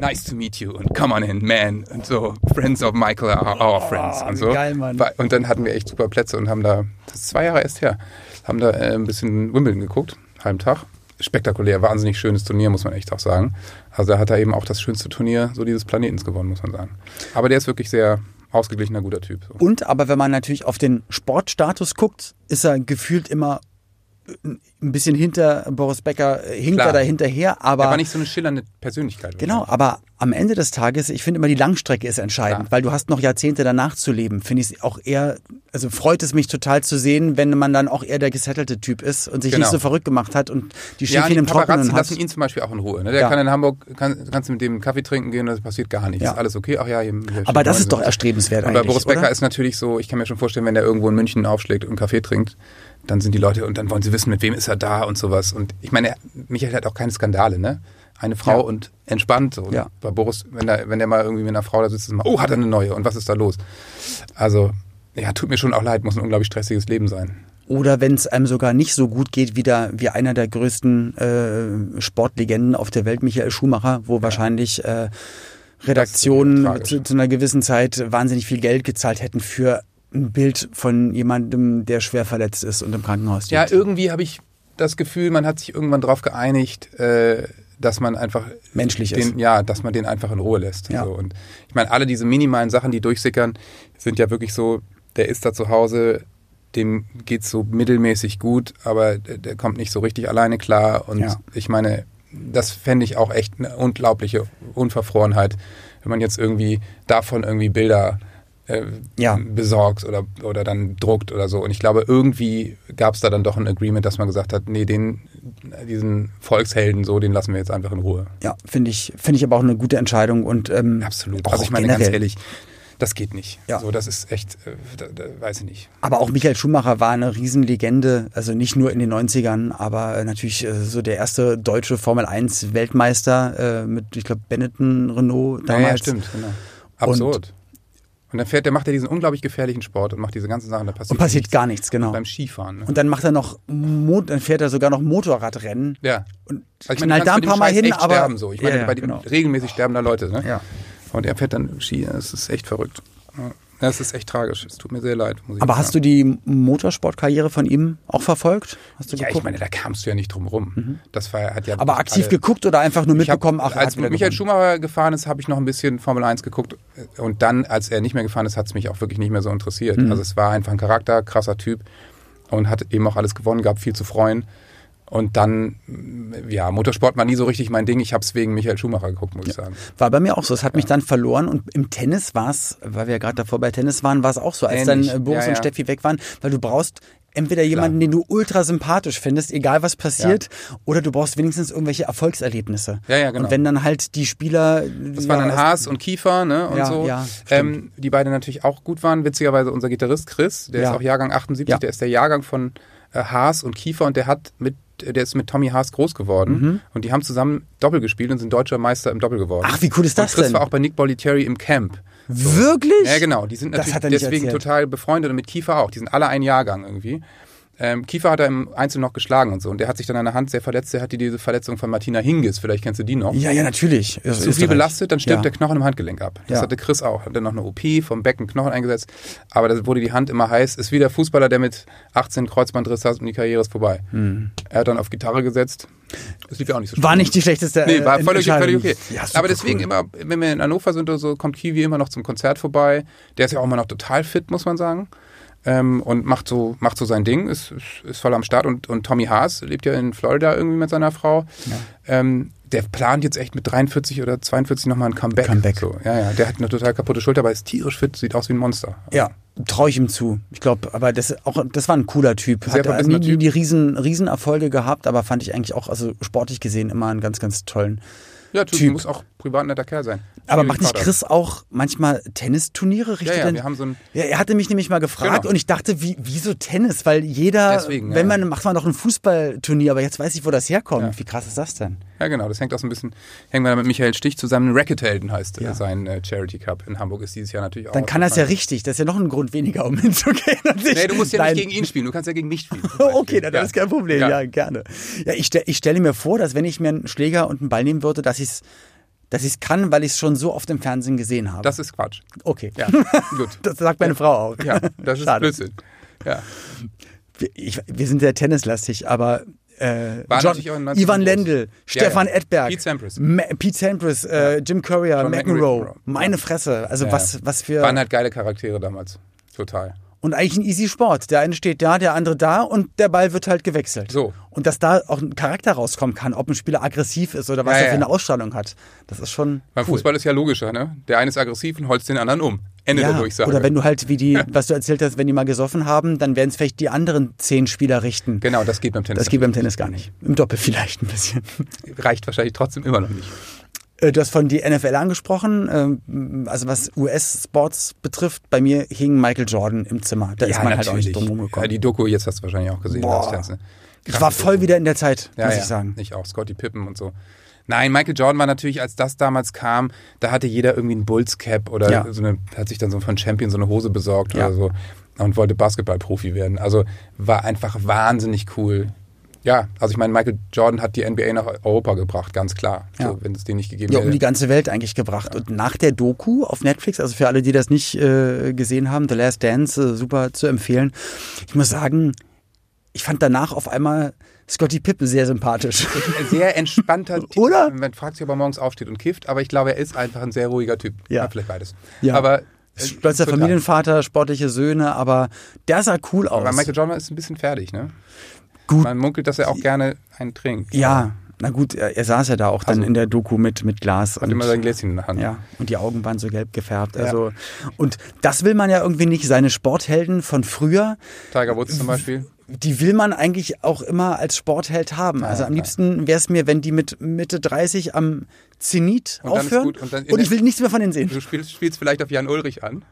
S5: nice to meet you und come on in, man. Und so, friends of Michael are our friends. Und
S2: Oh, wie
S5: so.
S2: geil, Mann.
S5: War- Und dann hatten wir echt super Plätze und haben da, das ist zwei Jahre erst her, haben da äh, ein bisschen Wimbledon geguckt, halben Tag. Spektakulär, wahnsinnig schönes Turnier, muss man echt auch sagen. Also da hat er eben auch das schönste Turnier so dieses Planetens gewonnen, muss man sagen. Aber der ist wirklich sehr ausgeglichener, guter Typ. So.
S2: Und aber wenn man natürlich auf den Sportstatus guckt, ist er gefühlt immer äh, ein bisschen hinter Boris Becker, äh, hinkt
S5: Klar.
S2: er da hinterher, aber.
S5: Er war nicht so eine schillernde Persönlichkeit. würde ich
S2: Genau, aber am Ende des Tages, ich finde immer die Langstrecke ist entscheidend,
S5: Ja.
S2: weil du hast noch Jahrzehnte danach zu leben. Finde ich auch eher, also freut es mich total zu sehen, wenn man dann auch eher der gesettelte Typ ist und sich
S5: Genau.
S2: nicht so verrückt gemacht hat und die
S5: Ja,
S2: Schäfchen
S5: die
S2: im
S5: Paparazzi
S2: Trockenen hat.
S5: lassen ihn zum Beispiel auch in Ruhe. Ne? Der
S2: Ja.
S5: kann in Hamburg, kann, kannst du mit dem einen Kaffee trinken gehen, das passiert gar nichts.
S2: Ja.
S5: Alles okay. Ach ja, hier, hier
S2: Aber
S5: steht
S2: das ist
S5: 19.
S2: doch erstrebenswert
S5: Und bei
S2: eigentlich,
S5: Boris Becker
S2: oder?
S5: ist natürlich so, ich kann mir schon vorstellen, wenn der irgendwo in München aufschlägt und einen Kaffee trinkt, dann sind die Leute und dann wollen sie wissen, mit wem ist er da und sowas. Und ich meine, er- Michael hat auch keine Skandale, ne? Eine Frau
S2: Ja.
S5: und entspannt. So.
S2: Ja.
S5: Bei Boris, wenn der, wenn der mal irgendwie mit einer Frau da sitzt, ist immer, oh, hat er eine neue und was ist da los? Also, ja, tut mir schon auch leid, muss ein unglaublich stressiges Leben sein.
S2: Oder wenn es einem sogar nicht so gut geht wie, der, wie einer der größten äh, Sportlegenden auf der Welt, Michael Schumacher, wo wahrscheinlich äh, Redaktionen
S5: tragisch.
S2: zu, zu einer gewissen Zeit wahnsinnig viel Geld gezahlt hätten für ein Bild von jemandem, der schwer verletzt ist und im Krankenhaus
S5: Ja,
S2: liegt.
S5: irgendwie habe ich das Gefühl, man hat sich irgendwann darauf geeinigt, äh, dass man einfach
S2: Menschlich
S5: den,
S2: ist.
S5: ja, dass man den einfach in Ruhe lässt.
S2: Ja.
S5: So. Und ich meine, alle diese minimalen Sachen, die durchsickern, sind ja wirklich so, der ist da zu Hause, dem geht's so mittelmäßig gut, aber der, der kommt nicht so richtig alleine klar. Und
S2: Ja.
S5: ich meine, das fände ich auch echt eine unglaubliche Unverfrorenheit, wenn man jetzt irgendwie davon irgendwie Bilder äh,
S2: Ja.
S5: besorgt oder, oder dann druckt oder so. Und ich glaube, irgendwie gab es da dann doch ein Agreement, dass man gesagt hat, nee, den, diesen Volkshelden so, den lassen wir jetzt einfach in Ruhe.
S2: Ja, finde ich, finde ich aber auch eine gute Entscheidung und ähm,
S5: Absolut.
S2: Auch
S5: also ich meine ganz
S2: generell.
S5: ehrlich, das geht nicht.
S2: Ja.
S5: So, das ist echt, äh, da, da, weiß ich nicht.
S2: Aber auch Michael Schumacher war eine Riesenlegende, also nicht nur in den 90ern, aber natürlich äh, so der erste deutsche Formel 1 Weltmeister äh, mit, ich glaube, Benetton, Renault damals.
S5: ja, stimmt, genau. Absurd. Und, dann fährt, der macht ja diesen unglaublich gefährlichen Sport und macht diese ganzen Sachen, da passiert,
S2: Und passiert
S5: nichts.
S2: gar nichts, genau.
S5: Beim Skifahren. Ne?
S2: Und dann macht er noch, Mo- dann fährt er sogar noch Motorradrennen.
S5: ja.
S2: Und
S5: Also ich
S2: knallt
S5: meine,
S2: da
S5: ein paar Mal hin,
S2: aber-
S5: sterben so. Ich meine,
S2: Ja, ja,
S5: bei dem
S2: genau.
S5: regelmäßig sterben da Leute. Ne?
S2: Ja.
S5: Und er fährt dann Ski. Das ist echt verrückt. Ja. Das ist echt tragisch. Es tut mir sehr leid. Muss ich
S2: Aber
S5: sagen.
S2: hast du die Motorsportkarriere von ihm auch verfolgt? Hast du
S5: Ja, ich
S2: geguckt? Mhm.
S5: meine, da kamst du ja nicht drum rum. Das war, hat ja
S2: aber
S5: wirklich
S2: aktiv
S5: alle-
S2: geguckt oder einfach nur
S5: Ich hab-
S2: mitbekommen, ach, er
S5: als
S2: hat wieder
S5: Michael
S2: gewonnen.
S5: Schumacher gefahren ist, habe ich noch ein bisschen Formel 1 geguckt. Und dann, als er nicht mehr gefahren ist, hat es mich auch wirklich nicht mehr so interessiert.
S2: Mhm.
S5: Also es war einfach ein Charakter, krasser Typ und hat eben auch alles gewonnen, gab viel zu freuen. Und dann, ja, Motorsport war nie so richtig mein Ding. Ich habe es wegen Michael Schumacher geguckt, muss ich sagen.
S2: War bei mir auch so. Es hat mich dann verloren und im Tennis war es, weil wir ja gerade davor bei Tennis waren, war es auch so, als
S5: Ähnlich.
S2: dann äh, Boris
S5: Ja,
S2: und
S5: ja.
S2: Steffi weg waren, weil du brauchst entweder jemanden, den du ultra sympathisch findest, egal was passiert, oder du brauchst wenigstens irgendwelche Erfolgserlebnisse.
S5: Ja, ja, genau.
S2: Und wenn dann halt die Spieler.
S5: Das waren dann Haas und Kiefer, ne? Und
S2: Ja,
S5: so.
S2: ja,
S5: ähm, die beide natürlich auch gut waren. Witzigerweise unser Gitarrist Chris, der
S2: Ja.
S5: ist auch Jahrgang 78,
S2: Ja.
S5: der ist der Jahrgang von äh, Haas und Kiefer und der hat mit äh, der ist mit Tommy Haas groß geworden
S2: Mhm.
S5: und die haben zusammen Doppel gespielt und sind deutscher Meister im Doppel geworden.
S2: Ach, wie cool ist
S5: und
S2: das
S5: Chris
S2: denn?
S5: war auch bei Nick Bollettieri im Camp.
S2: Wirklich?
S5: Ja, genau. Die sind
S2: Das
S5: natürlich
S2: hat er nicht
S5: deswegen
S2: erzählt.
S5: total befreundet und mit Kiefer auch. Die sind alle ein Jahrgang irgendwie. Ähm, Kiefer hat er im Einzel noch geschlagen und so. Und der hat sich dann an der Hand sehr verletzt. Der hatte diese Verletzung von Martina Hingis. Vielleicht kennst du die noch.
S2: Ja, ja, natürlich. Zu
S5: Zu viel belastet, dann stirbt der Knochen im Handgelenk ab. Das
S2: Ja.
S5: hatte Chris auch. Hat dann noch eine OP vom Becken Knochen eingesetzt. Aber da wurde die Hand immer heiß. Ist wie der Fußballer, der mit 18 Kreuzbandriss hat und die Karriere ist vorbei. Er hat dann auf Gitarre gesetzt. Das lief ja auch nicht so schlecht.
S2: War nicht die schlechteste.
S5: Nee, war
S2: äh,
S5: völlig, völlig
S2: Entscheidung.
S5: okay.
S2: Ja, super
S5: Aber deswegen
S2: cool.
S5: immer, wenn wir in Hannover sind oder so, kommt Kiwi immer noch zum Konzert vorbei. Der ist ja auch immer noch total fit, muss man sagen. Ähm, und macht so, macht so sein Ding, ist, ist, ist voll am Start. Und, und Tommy Haas lebt ja in Florida irgendwie mit seiner Frau. Ähm, der plant jetzt echt mit 43 oder 42 nochmal ein Comeback.
S2: Comeback.
S5: So, ja, ja. Der hat eine total kaputte Schulter, aber ist tierisch fit, sieht aus wie ein Monster.
S2: Ja, traue ich ihm zu. Ich glaube, aber das auch das war ein cooler Typ.
S5: Sehr
S2: Hat er also nie
S5: verbissener
S2: die,
S5: Typ.
S2: die riesen Riesenerfolge gehabt, aber fand ich eigentlich auch also sportlich gesehen immer einen ganz ganz tollen.
S5: Ja, Typ,
S2: Typ.
S5: muss auch privat ein netter Kerl sein.
S2: Aber
S5: Schwierig
S2: macht nicht
S5: Vater.
S2: Chris auch manchmal Tennisturniere richtig?
S5: ja,
S2: denn-
S5: wir haben so ein-
S2: ja, er hatte mich nämlich mal gefragt
S5: Genau.
S2: und ich dachte, wie wieso Tennis, weil jeder
S5: Deswegen, ja.
S2: wenn man macht man doch ein Fußballturnier, aber jetzt weiß ich, wo das herkommt. Wie krass ist das denn?
S5: Ja, genau. Das hängt auch so ein bisschen, hängen wir da mit Michael Stich zusammen. Rackethelden heißt
S2: Ja.
S5: äh, sein äh, Charity Cup in Hamburg ist dieses Jahr natürlich auch.
S2: Dann kann das ja
S5: ausgefallen.
S2: richtig. Das ist ja noch ein Grund weniger, um hinzugehen. und sich-
S5: Nee, du musst ja
S2: Nein.
S5: nicht gegen ihn spielen, du kannst ja gegen mich spielen. zum Beispiel.
S2: Okay, dann
S5: Ja.
S2: ist kein Problem. Ja, gerne. Ja, ich, stell, ich stelle mir vor, dass wenn ich mir einen Schläger und einen Ball nehmen würde, dass ich es dass ich's kann, weil ich es schon so oft im Fernsehen gesehen habe.
S5: Das ist Quatsch.
S2: okay.
S5: Ja, gut.
S2: Das sagt meine Frau auch.
S5: Ja, das ist
S2: Schade.
S5: Blödsinn. Ja.
S2: Wir- Ich, wir sind sehr tennislastig, aber äh,
S5: War
S2: John,
S5: natürlich auch in den 90ern
S2: Ivan
S5: groß.
S2: Lendl,
S5: Ja,
S2: Stefan
S5: ja.
S2: Edberg,
S5: Pete Sampras.
S2: Ma Pete Sampras äh, Jim Courier,
S5: John
S2: McEnroe.
S5: McEnroe.
S2: Meine Fresse. Also
S5: Ja, ja.
S2: was, was für...
S5: Waren halt geile Charaktere damals. Total.
S2: Und eigentlich ein easy Sport. Der eine steht da, der andere da und der Ball wird halt gewechselt.
S5: So.
S2: Und dass da auch ein Charakter rauskommen kann, ob ein Spieler aggressiv ist oder was
S5: Ja,
S2: er
S5: ja.
S2: für eine Ausstrahlung hat. Das ist schon.
S5: Beim
S2: cool.
S5: Fußball ist ja logischer, ne? Der eine ist aggressiv und holzt den anderen um. Ende der
S2: ja.
S5: Durchsage.
S2: Oder wenn du halt, wie die, was du erzählt hast, wenn die mal gesoffen haben, dann werden es vielleicht die anderen zehn Spieler richten.
S5: genau, das geht beim Tennis.
S2: Das geht beim Tennis gar nicht. Im Doppel vielleicht ein bisschen.
S5: Reicht wahrscheinlich trotzdem immer noch nicht.
S2: Äh, Du hast von die NFL angesprochen, ähm, also was US-Sports betrifft, bei mir hing Michael Jordan im Zimmer. Da ist man halt auch nicht drum
S5: ja,
S2: rumgekommen.
S5: die Doku, jetzt hast du wahrscheinlich auch gesehen.
S2: Boah.
S5: das ne? Ganze.
S2: ich war voll wieder in der Zeit, muss ich sagen.
S5: Ich auch, Scotty Pippen und so. Nein, Michael Jordan war natürlich, als das damals kam, da hatte jeder irgendwie einen Bulls-Cap oder
S2: Ja.
S5: so eine, hat sich dann so von Champion so eine Hose besorgt
S2: Ja.
S5: oder so und wollte Basketballprofi werden. Also war einfach wahnsinnig cool. Ja, also ich meine, Michael Jordan hat die NBA nach Europa gebracht, ganz klar.
S2: Ja.
S5: So, wenn es den nicht gegeben
S2: Ja,
S5: hätte.
S2: um die ganze Welt eigentlich gebracht. Und nach der Doku auf Netflix, also für alle, die das nicht äh, gesehen haben, The Last Dance, äh, super zu empfehlen. Ich muss sagen, ich fand danach auf einmal Scotty Pippen sehr sympathisch.
S5: Ein sehr entspannter Typ.
S2: Oder?
S5: Man fragt sich, ob er morgens aufsteht und kifft, aber ich glaube, er ist einfach ein sehr ruhiger Typ.
S2: Ja.
S5: vielleicht beides.
S2: Ja.
S5: Aber äh,
S2: Stolzer
S5: total.
S2: Familienvater, sportliche Söhne, aber der sah cool aus.
S5: Aber Michael Jordan ist ein bisschen fertig, ne?
S2: Gut.
S5: Man munkelt, dass er auch gerne einen trinkt.
S2: ja, na gut, er, er saß ja da auch dann in der Doku mit, mit Glas.
S5: Also- Hat
S2: und-
S5: immer sein Gläschen in der Hand.
S2: Ja, und die Augen waren so gelb gefärbt. Also, und das will man ja irgendwie nicht. Seine Sporthelden von früher,
S5: Tiger Woods zum Beispiel.
S2: die will man eigentlich auch immer als Sportheld haben. Also am liebsten wäre es mir, wenn die mit Mitte 30 am Zenit
S5: Und dann ist
S2: aufhören
S5: gut. Und dann in
S2: und ich
S5: der-
S2: will nichts mehr von denen sehen.
S5: Du spielst, spielst vielleicht auf Jan Ulrich an.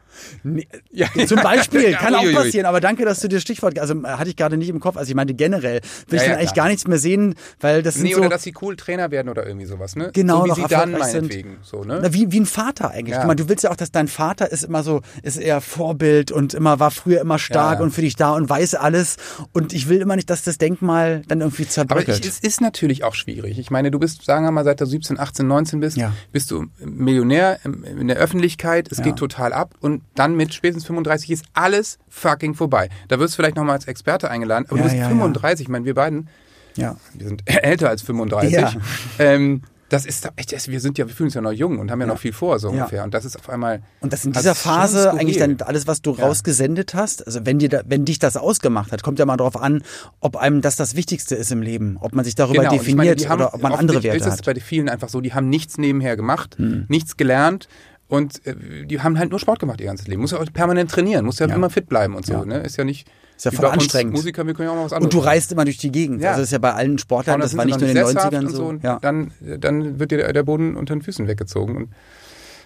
S2: Zum Beispiel, kann auch
S5: Uiuiui.
S2: passieren, aber danke, dass du dir Stichwort, also äh, hatte ich gerade nicht im Kopf, also ich meinte generell, will ich
S5: Ja,
S2: dann
S5: ja,
S2: eigentlich
S5: klar.
S2: gar nichts mehr sehen, weil das sind
S5: Nee,
S2: so,
S5: oder dass sie cool Trainer werden oder irgendwie sowas, ne?
S2: genau
S5: so wie
S2: noch
S5: sie dann
S2: erfolgreich sind.
S5: meinetwegen. So, ne?
S2: Na, wie, wie ein Vater eigentlich.
S5: Ja.
S2: Guck mal, du willst ja auch, dass dein Vater ist immer so, ist eher Vorbild und immer war früher immer stark
S5: Ja, ja.
S2: und für dich da und weiß alles. Und ich will immer nicht, dass das Denkmal dann irgendwie
S5: Aber
S2: zerbröckelt.
S5: ich, es ist natürlich auch schwierig. Ich meine, du bist, sagen wir mal, seit du 17, 18, 19 bist,
S2: Ja.
S5: bist du Millionär im- in der Öffentlichkeit, es geht total ab und dann mit spätestens 35 ist alles fucking vorbei. Da wirst du vielleicht nochmal als Experte eingeladen, aber
S2: Ja,
S5: du bist
S2: ja, ja.
S5: 35, ich meine, wir beiden,
S2: ja.
S5: wir sind älter als 35.
S2: Ja.
S5: Ähm, das ist doch echt, das- wir sind ja, wir fühlen uns ja noch jung und haben ja, noch viel vor, so
S2: Ja.
S5: ungefähr. Und das ist auf einmal.
S2: Und das in
S5: das
S2: dieser
S5: ist schon
S2: Phase
S5: skurril.
S2: eigentlich dann alles, was du
S5: Ja.
S2: rausgesendet hast, also wenn dir da, wenn dich das ausgemacht hat, kommt ja mal drauf an, ob einem das das Wichtigste ist im Leben, ob man sich darüber
S5: Genau, und ich meine,
S2: definiert
S5: die haben-
S2: oder ob man
S5: oft
S2: andere
S5: ist
S2: Werte
S5: es
S2: hat. Hm.
S5: bei vielen einfach so, die haben nichts nebenher gemacht, nichts gelernt Und äh, die haben halt nur Sport gemacht ihr ganzes Leben. Muss ja auch permanent trainieren, muss ja,
S2: Ja.
S5: immer fit bleiben und so. Ne? Ist ja nicht.
S2: Ist ja
S5: wie
S2: voll
S5: bei uns
S2: anstrengend.
S5: Musiker, wir können ja auch mal was anderes.
S2: Und du reist immer durch die Gegend.
S5: Ja.
S2: Also das ist ja bei allen Sportlern,
S5: Und dann
S2: das
S5: sind
S2: war
S5: sie
S2: nicht
S5: noch
S2: nur in den
S5: sesshaft
S2: 90ern
S5: und
S2: so.
S5: Und
S2: Ja.
S5: dann, dann wird dir der Boden unter den Füßen weggezogen. Und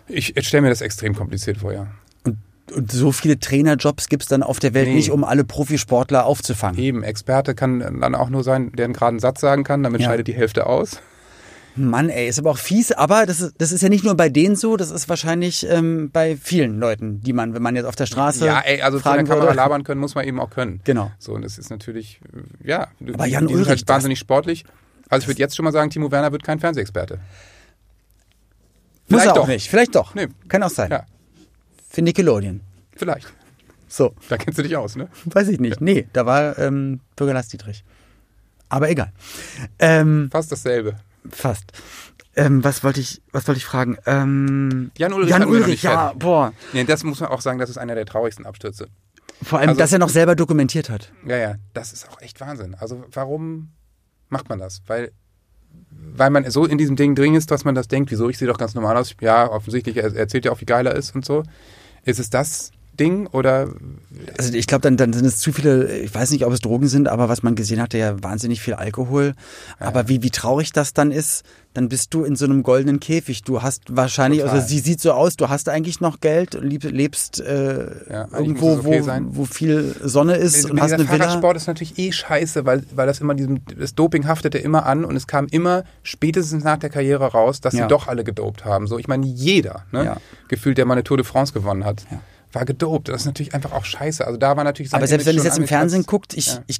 S5: ich, ich stelle mir das extrem kompliziert vor, ja.
S2: Und, und so viele Trainerjobs gibt es dann auf der Welt
S5: Nee.
S2: nicht, um alle Profisportler aufzufangen.
S5: Eben, Experte kann dann auch nur sein, der einen geraden Satz sagen kann, damit
S2: Ja.
S5: scheidet die Hälfte aus.
S2: Mann, ey, ist aber auch fies. Aber das ist, das ist ja nicht nur bei denen so, das ist wahrscheinlich ähm, bei vielen Leuten, die man, wenn man jetzt auf der Straße
S5: ja, ey, also vor der
S2: fragen
S5: Kamera
S2: würde.
S5: labern können, muss man eben auch können.
S2: Genau.
S5: So, und das ist natürlich, äh, ja, du-
S2: Aber Jan
S5: die sind
S2: Ulrich,
S5: halt
S2: das-
S5: wahnsinnig sportlich. Also ich würde jetzt schon mal sagen, Timo Werner wird kein Fernsehexperte.
S2: Muss
S5: Vielleicht
S2: er auch
S5: doch.
S2: nicht. Vielleicht doch.
S5: Nee.
S2: Kann auch sein.
S5: Ja,
S2: Für Nickelodeon.
S5: vielleicht.
S2: So,
S5: Da kennst du dich aus, ne?
S2: weiß ich nicht. Nee, da war ähm, Bürger Lars Dietrich. Aber egal. Ähm,
S5: Fast dasselbe.
S2: fast. Ähm, was wollte ich, was wollte ich fragen? Ähm,
S5: Jan Ulrich
S2: Jan
S5: hatten wir noch
S2: Ulrich,
S5: nicht
S2: ja,
S5: fertig.
S2: boah.
S5: Nee, das muss man auch sagen, das ist einer der traurigsten Abstürze.
S2: Vor allem,
S5: Also-
S2: dass er noch selber dokumentiert hat.
S5: Ja, ja, das ist auch echt Wahnsinn. Also warum macht man das? Weil, weil man so in diesem Ding drin ist, dass man das denkt, wieso, ich sehe doch ganz normal aus. Ja, offensichtlich, er er erzählt ja auch, wie geil er ist und so. Ist es das Ding oder
S2: Also ich glaube, dann, dann sind es zu viele, ich weiß nicht, ob es Drogen sind, aber was man gesehen hat, ja wahnsinnig viel Alkohol. Aber wie, wie traurig das dann ist, dann bist du in so einem goldenen Käfig. Du hast wahrscheinlich,
S5: Total.
S2: also sie sieht so aus, du hast eigentlich noch Geld, lieb, lebst äh,
S5: Ja, eigentlich muss
S2: irgendwo,
S5: es okay
S2: wo,
S5: sein.
S2: wo viel Sonne ist und hast
S5: dieser
S2: eine Villa.
S5: Fahrradsport ist natürlich eh scheiße, weil, weil das immer diesem, das Doping haftete immer an und es kam immer spätestens nach der Karriere raus, dass
S2: Ja.
S5: sie doch alle gedopt haben. So, ich meine, jeder, ne?
S2: Ja.
S5: gefühlt, der mal eine Tour de France gewonnen hat,
S2: Ja.
S5: war gedopt. Das ist natürlich einfach auch scheiße. Also da war natürlich sein
S2: Aber selbst wenn
S5: Image
S2: es jetzt
S5: schon
S2: im Fernsehen
S5: angekratzt.
S2: guckt, ich,
S5: Ja.
S2: ich,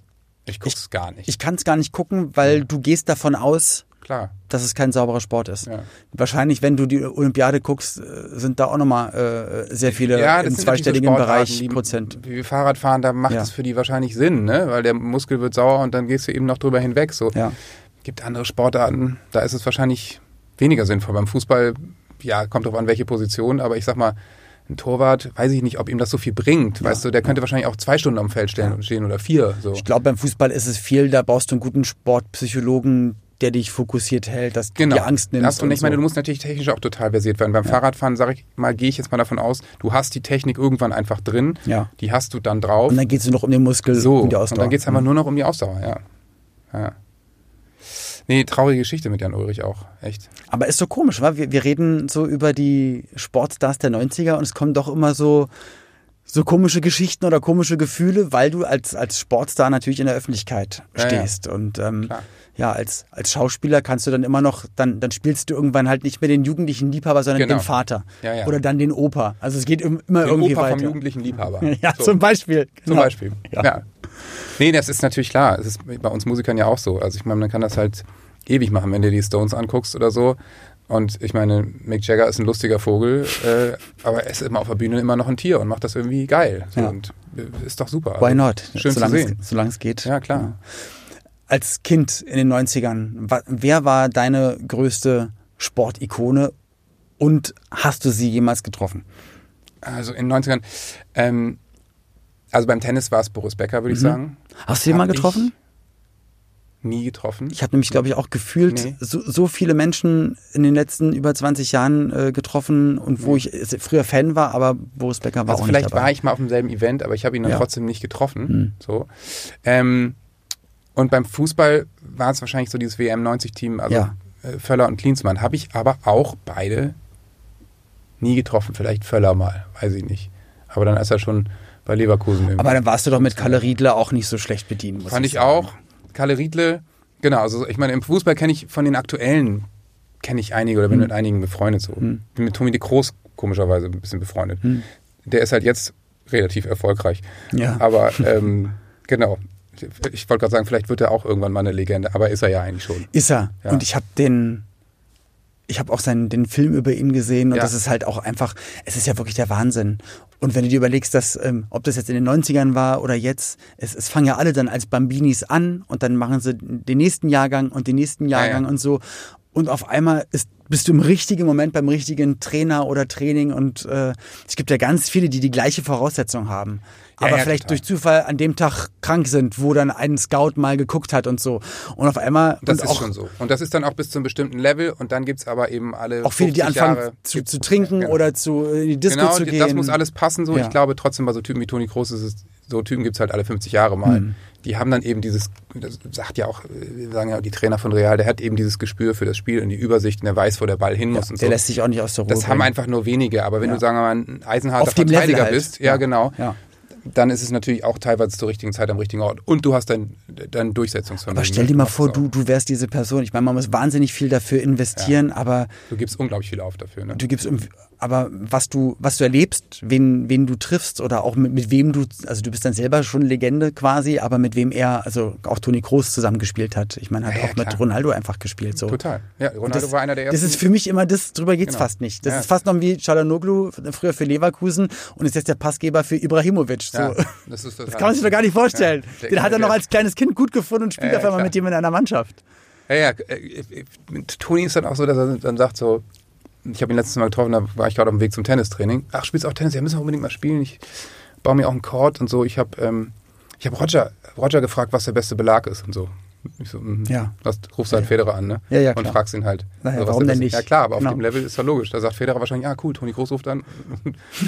S5: Ich guck's gar nicht.
S2: ich kann es gar nicht gucken, weil du gehst davon aus,
S5: Klar.
S2: dass es kein sauberer Sport ist.
S5: Ja.
S2: Wahrscheinlich, wenn du die Olympiade guckst, äh, sind da auch nochmal äh, sehr viele
S5: Ja, das
S2: im
S5: sind natürlich so
S2: zweistelligen
S5: Sportarten,
S2: Bereich
S5: wie,
S2: Prozent.
S5: Wie Fahrradfahren, da macht
S2: Ja.
S5: es für die wahrscheinlich Sinn, ne? weil der Muskel wird sauer und dann gehst du eben noch drüber hinweg. So.
S2: Ja.
S5: Gibt andere Sportarten, da ist es wahrscheinlich weniger sinnvoll. Beim Fußball, ja, kommt drauf an, welche Position, aber ich sag mal, ein Torwart, weiß ich nicht, ob ihm das so viel bringt. Weißt du, der könnte wahrscheinlich auch zwei Stunden am Feld stehen, stehen oder vier. So.
S2: Ich glaube, beim Fußball ist es viel, da brauchst du einen guten Sportpsychologen, der dich fokussiert hält, dass du dir Angst nimmst.
S5: Genau. Das, und, ich meine,
S2: so.
S5: du musst natürlich technisch auch total versiert werden. Beim Fahrradfahren, sage ich mal, gehe ich jetzt mal davon aus, du hast die Technik irgendwann einfach drin.
S2: Ja.
S5: Die hast du dann drauf.
S2: und dann geht es noch um den Muskel
S5: so,
S2: und
S5: und
S2: die Ausdauer. Mhm.
S5: dann geht es einfach nur noch um die Ausdauer, ja. ja. Nee, traurige Geschichte mit Jan Ulrich auch, echt.
S2: Aber ist so komisch, wa? Wir, wir reden so über die Sportstars der 90er und es kommen doch immer so, so komische Geschichten oder komische Gefühle, weil du als, als Sportstar natürlich in der Öffentlichkeit
S5: Ja, ja.
S2: stehst. Und ähm,
S5: Klar.
S2: ja, als, als Schauspieler kannst du dann immer noch, dann, dann spielst du irgendwann halt nicht mehr den jugendlichen Liebhaber, sondern
S5: Genau.
S2: den Vater.
S5: Ja, ja.
S2: Oder dann den Opa. Also es geht im- immer
S5: Den
S2: irgendwie
S5: Opa
S2: weiter.
S5: vom jugendlichen Liebhaber.
S2: Ja,
S5: So,
S2: zum Beispiel.
S5: zum
S2: Genau.
S5: Beispiel. Ja. Nee, das ist natürlich klar. Das ist bei uns Musikern ja auch so. Also ich meine, man kann das halt ewig machen, wenn du die Stones anguckst oder so. Und ich meine, Mick Jagger ist ein lustiger Vogel, äh, aber er ist immer auf der Bühne immer noch ein Tier und macht das irgendwie geil. So,
S2: Ja.
S5: Und äh, ist doch super.
S2: Why not?
S5: Schön zu
S2: solange,
S5: sehen.
S2: Es, solange es geht.
S5: Ja, klar.
S2: Als Kind in den 90ern, wa- wer war deine größte Sportikone und hast du sie jemals getroffen?
S5: Also in den 90ern. Ähm, also beim Tennis war es Boris Becker, würde ich
S2: Mhm.
S5: sagen.
S2: Hast du sie
S5: Hab
S2: mal getroffen?
S5: Ich nie getroffen.
S2: Ich, habe nämlich, glaube ich, auch gefühlt
S5: Nee.
S2: so, so viele Menschen in den letzten über 20 Jahren äh, getroffen und wo ich äh, früher Fan war, aber Boris Becker war
S5: also
S2: auch
S5: vielleicht
S2: nicht dabei.
S5: war ich mal auf demselben Event, aber ich habe ihn dann
S2: Ja. Hm.
S5: trotzdem nicht getroffen. So. Ähm, und beim Fußball war es wahrscheinlich so dieses WM90-Team, also
S2: Ja.
S5: äh, Völler und Klinsmann. Habe ich aber auch beide nie getroffen. Vielleicht Völler mal, weiß ich nicht. Aber dann ist er schon bei Leverkusen. irgendwie.
S2: aber dann warst du doch mit Kalle Riedler auch nicht so schlecht bedient. Muss
S5: Fand ich
S2: sagen.
S5: auch. Kalle Riedle, genau, also ich meine, im Fußball kenne ich von den aktuellen, kenne ich einige oder bin
S2: Hm.
S5: mit einigen befreundet so. Bin mit Tommy de Groß komischerweise ein bisschen befreundet. Der ist halt jetzt relativ erfolgreich.
S2: Hm. Ja.
S5: Aber ähm, genau. Ich wollte gerade sagen, vielleicht wird er auch irgendwann mal eine Legende, aber ist er ja eigentlich schon.
S2: Ist er.
S5: Ja.
S2: Und ich habe den, ich habe auch seinen, den Film über ihn gesehen und
S5: Ja.
S2: das ist halt auch einfach, es ist ja wirklich der Wahnsinn. Und wenn du dir überlegst, dass, ähm, ob das jetzt in den 90ern war oder jetzt, es, es fangen ja alle dann als Bambinis an und dann machen sie den nächsten Jahrgang und den nächsten
S5: ja.
S2: Jahrgang und so. und auf einmal ist, bist du im richtigen Moment beim richtigen Trainer oder Training und äh, es gibt ja ganz viele, die die gleiche Voraussetzung haben,
S5: Ja,
S2: aber
S5: ja,
S2: vielleicht
S5: total.
S2: durch Zufall an dem Tag krank sind, wo dann ein Scout mal geguckt hat und so. Und auf einmal
S5: Das
S2: und
S5: ist
S2: auch,
S5: schon so. Und das ist dann auch bis zu einem bestimmten Level und dann gibt's aber eben alle.
S2: auch viele, die
S5: 50
S2: anfangen
S5: Jahre,
S2: zu,
S5: gibt's-
S2: zu trinken
S5: Ja, genau.
S2: oder zu in die Disco
S5: genau,
S2: zu gehen.
S5: das muss alles passen so.
S2: Ja.
S5: Ich glaube trotzdem bei so Typen wie Toni Kroos ist es, so Typen gibt's halt alle 50 Jahre mal.
S2: Mhm.
S5: Die haben dann eben dieses, das sagt ja auch, äh, sagen ja die Trainer von Real, der hat eben dieses Gespür für das Spiel und die Übersicht und der weiß, wo der Ball hin muss und
S2: Der
S5: so.
S2: lässt sich auch nicht aus der Ruhe.
S5: Das haben
S2: bringen.
S5: einfach nur wenige, aber wenn
S2: Ja.
S5: du, sagen wir mal, ein eisenharter
S2: Auf dem Level
S5: Verteidiger
S2: halt.
S5: bist, ja,
S2: Ja.
S5: genau,
S2: Ja.
S5: dann ist es natürlich auch teilweise zur richtigen Zeit am richtigen Ort. Und du hast dein, dein Durchsetzungsvermögen.
S2: aber stell dir mal
S5: Das ist
S2: vor,
S5: auch-
S2: du, du wärst diese Person. Ich meine, man muss wahnsinnig viel dafür investieren, aber
S5: Du gibst unglaublich viel auf dafür. Ne?
S2: du gibst irgendwie- aber was du was du erlebst, wen wen du triffst oder auch mit, mit wem du also du bist dann selber schon Legende quasi, aber mit wem er also auch Toni Kroos zusammengespielt hat. Ich meine, hat
S5: Ja,
S2: auch
S5: ja,
S2: mit
S5: klar.
S2: Ronaldo einfach gespielt so.
S5: Total. Ja, Ronaldo
S2: das,
S5: war einer der ersten.
S2: Das ist für mich immer das, drüber geht's
S5: Genau.
S2: fast nicht. Das
S5: Ja.
S2: ist fast noch wie Chalanoglu früher für Leverkusen und ist jetzt der Passgeber für Ibrahimovic so.
S5: Ja, das ist
S2: Das kann man sich doch gar nicht vorstellen.
S5: Ja, der-
S2: Den hat er
S5: der-
S2: noch als kleines Kind gut gefunden und spielt
S5: Ja, ja,
S2: auf einmal
S5: klar.
S2: mit jemandem in einer Mannschaft.
S5: Ja, ja. äh, äh, Mit Toni ist dann auch so, dass er dann sagt so, ich habe ihn letztes Mal getroffen, da war ich gerade auf dem Weg zum Tennistraining. Ach, spielst du auch Tennis? Ja, müssen wir unbedingt mal spielen. Ich baue mir auch einen Court und so. Ich habe ähm, ich hab Roger, Roger gefragt, was der beste Belag ist und so. Ich so, mhm.
S2: Ja.
S5: Das rufst du halt Federer an, ne?
S2: Ja, ja,
S5: Und
S2: klar.
S5: fragst ihn halt.
S2: Naja,
S5: was
S2: warum
S5: der
S2: denn
S5: beste-
S2: nicht?
S5: Ja, klar, aber
S2: Genau.
S5: auf dem Level ist ja logisch. Da sagt Federer wahrscheinlich, ja, cool, Toni Groß ruft an.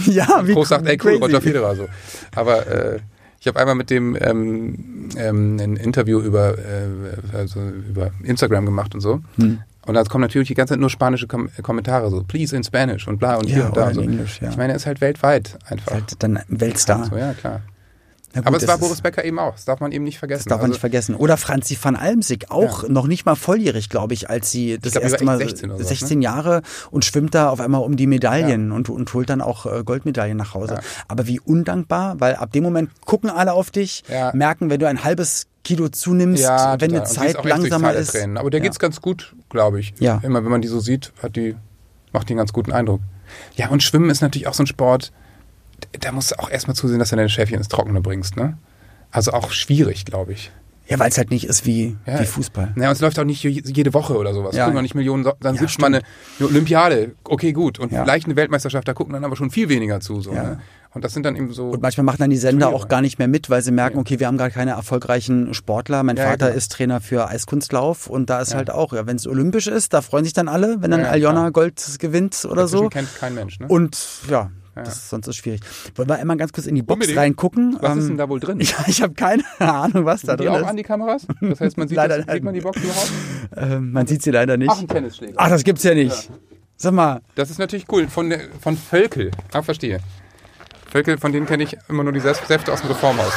S2: Ja, Ah, wie
S5: Groß sagt, ey, cool,
S2: crazy.
S5: Roger Federer. So. Aber äh, ich habe einmal mit dem ähm, ähm, ein Interview über, äh, also über Instagram gemacht und so.
S2: Hm.
S5: Und dann kommen natürlich die ganze Zeit nur spanische Kom äh, Kommentare, so please in Spanish und bla und
S2: Ja,
S5: hier und da.
S2: oder
S5: und
S2: in
S5: so.
S2: Englisch, ja.
S5: Ich meine, er ist halt weltweit einfach.
S2: Halt dann ein Weltstar.
S5: So, ja, klar.
S2: Na gut,
S5: Aber es
S2: das
S5: war
S2: ist-
S5: Boris Becker eben auch. Das darf man eben nicht vergessen.
S2: Das darf man nicht vergessen. Oder Franzi van Almsig, auch noch nicht mal volljährig, glaube ich, als sie das
S5: glaub, die war
S2: erste
S5: echt
S2: Mal
S5: 16 oder sowas, ne?
S2: 16 Jahre und schwimmt da auf einmal um die Medaillen und, und holt dann auch äh, Goldmedaillen nach Hause. Aber wie undankbar, weil ab dem Moment gucken alle auf dich,
S5: Ja.
S2: merken, wenn du ein halbes Kilo zunimmst,
S5: ja, total.
S2: wenn eine
S5: Und die
S2: Zeit
S5: ist äh, auch echt durch
S2: langsamer
S5: Tal der
S2: ist.
S5: Tränen. Aber der
S2: ja.
S5: geht's ganz gut, glaube ich.
S2: Ja.
S5: Immer wenn man die so sieht, hat die, macht die einen ganz guten Eindruck. Ja, und Schwimmen ist natürlich auch so ein Sport, d- da musst du auch erstmal zusehen, dass du deine Schäfchen ins Trockene bringst, ne? Also auch schwierig, glaube ich.
S2: Ja, weil es halt nicht ist wie,
S5: Ja.
S2: wie Fußball.
S5: Naja, und es läuft auch nicht je- jede Woche oder sowas.
S2: Ja.
S5: Ja. Gucken auch nicht Millionen, so- dann
S2: Ja,
S5: sitzt man eine eine Olympiade, okay, gut. Und
S2: Ja.
S5: vielleicht eine Weltmeisterschaft, da gucken dann aber schon viel weniger zu. So,
S2: Ja.
S5: ne? Und das sind dann eben so.
S2: Und manchmal machen dann die Sender
S5: Turniere.
S2: auch gar nicht mehr mit, weil sie merken, okay, wir haben gar keine erfolgreichen Sportler. Mein
S5: Ja, ja,
S2: Vater
S5: genau.
S2: ist Trainer für Eiskunstlauf und da ist halt auch, ja, wenn es olympisch ist, da freuen sich dann alle, wenn dann
S5: Ja, ja,
S2: Aljona
S5: klar.
S2: Gold gewinnt oder
S5: Dazwischen
S2: so.
S5: kennt kein Mensch, ne?
S2: Und ja, Das ist, sonst ist schwierig. Wollen wir einmal ganz kurz in die Box
S5: Unbedingt.
S2: reingucken?
S5: Was ist
S2: Ähm,
S5: denn da wohl drin?
S2: Ja, ich habe keine Ahnung, was da
S5: die
S2: drin
S5: auch an
S2: ist.
S5: die Kameras? Das heißt, man sieht,
S2: Leider
S5: das, sieht man die Box überhaupt?
S2: Ähm, man sieht sie leider nicht.
S5: Ach, ein Tennisschläger.
S2: Ach, das gibt's ja nicht. Sag mal,
S5: Das ist natürlich cool. Von, der- von Völkel. Ah, verstehe. Völkel, von denen kenne ich immer nur die Säf- Säfte aus dem Reformhaus.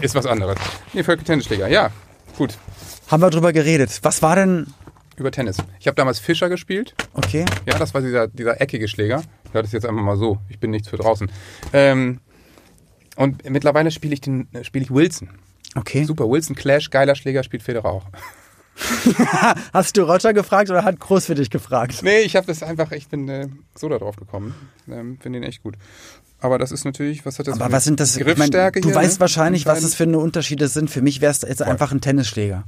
S5: Ist was anderes. Nee, Völkel Tennisschläger. Ja, gut.
S2: haben wir drüber geredet. Was war denn?
S5: Über Tennis. Ich habe damals Fischer gespielt.
S2: Okay.
S5: Ja, das war dieser, dieser eckige Schläger. Ich hatte es jetzt einfach mal so. Ich bin nichts für draußen. Ähm, und mittlerweile spiele ich, den- äh, spiele ich Wilson.
S2: Okay.
S5: Super, Wilson Clash, geiler Schläger, spielt Federer auch.
S2: Hast du Roger gefragt oder hat Groß für dich gefragt?
S5: Nee, ich habe das einfach, ich bin äh, so da drauf gekommen. Ähm, Finde ihn echt gut. Aber das ist natürlich, was hat das
S2: Aber
S5: für
S2: was sind
S5: eine
S2: das? ich mein,
S5: Griffstärke
S2: du
S5: hier,
S2: weißt
S5: ne?
S2: wahrscheinlich, was
S5: Entscheidend.
S2: es für eine Unterschiede sind. Für mich wäre es jetzt einfach ein Tennisschläger.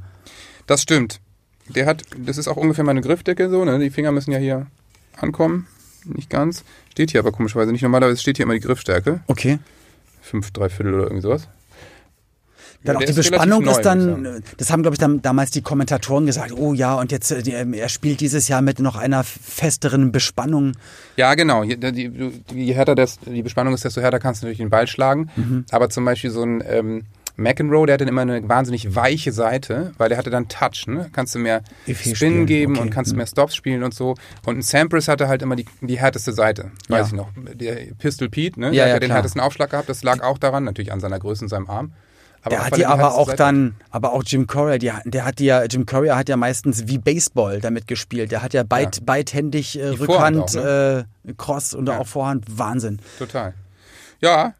S5: Das stimmt. Der hat, das ist auch ungefähr meine Griffdecke so, ne? Die Finger müssen ja hier ankommen. Nicht ganz. Steht hier aber komischerweise nicht. Normalerweise steht hier immer die Griffstärke.
S2: Okay.
S5: Fünf, drei Viertel oder irgendwie sowas. Ja,
S2: Dann auch
S5: der
S2: die
S5: ist relativ
S2: Bespannung
S5: neu,
S2: ist dann,
S5: muss ich
S2: äh, das haben, glaube ich, dann, damals die Kommentatoren gesagt, oh ja, und jetzt, äh, die, ähm, er spielt dieses Jahr mit noch einer festeren Bespannung.
S5: Ja, genau. Je, die, du- je härter das, die Bespannung ist, desto härter kannst du natürlich den Ball schlagen.
S2: Mhm.
S5: Aber zum Beispiel so ein ähm, McEnroe, der hatte immer eine wahnsinnig weiche Seite, weil der hatte dann Touch. Ne? Kannst du mehr
S2: Effet
S5: Spin
S2: spielen,
S5: geben
S2: okay.
S5: und kannst
S2: Mhm.
S5: mehr Stops spielen und so. Und ein Sampras hatte halt immer die, die härteste Seite. Weiß
S2: Ja.
S5: ich noch. Der Pistol Pete, ne? der
S2: Ja,
S5: hat
S2: ja,
S5: ja den
S2: klar.
S5: härtesten Aufschlag gehabt. Das lag auch daran, natürlich an seiner Größe und seinem Arm. Aber
S2: Der
S5: auch
S2: hat
S5: weil
S2: die
S5: er die
S2: aber
S5: härteste
S2: auch
S5: Seite
S2: dann, aber auch Jim Courier, die, der hat die ja, Jim Courier hat ja meistens wie Baseball damit gespielt. Der hat ja, beid, beidhändig äh,
S5: Vorhand
S2: Rückhand,
S5: auch, ne?
S2: äh, Cross und auch Vorhand, Wahnsinn.
S5: Total. Ja.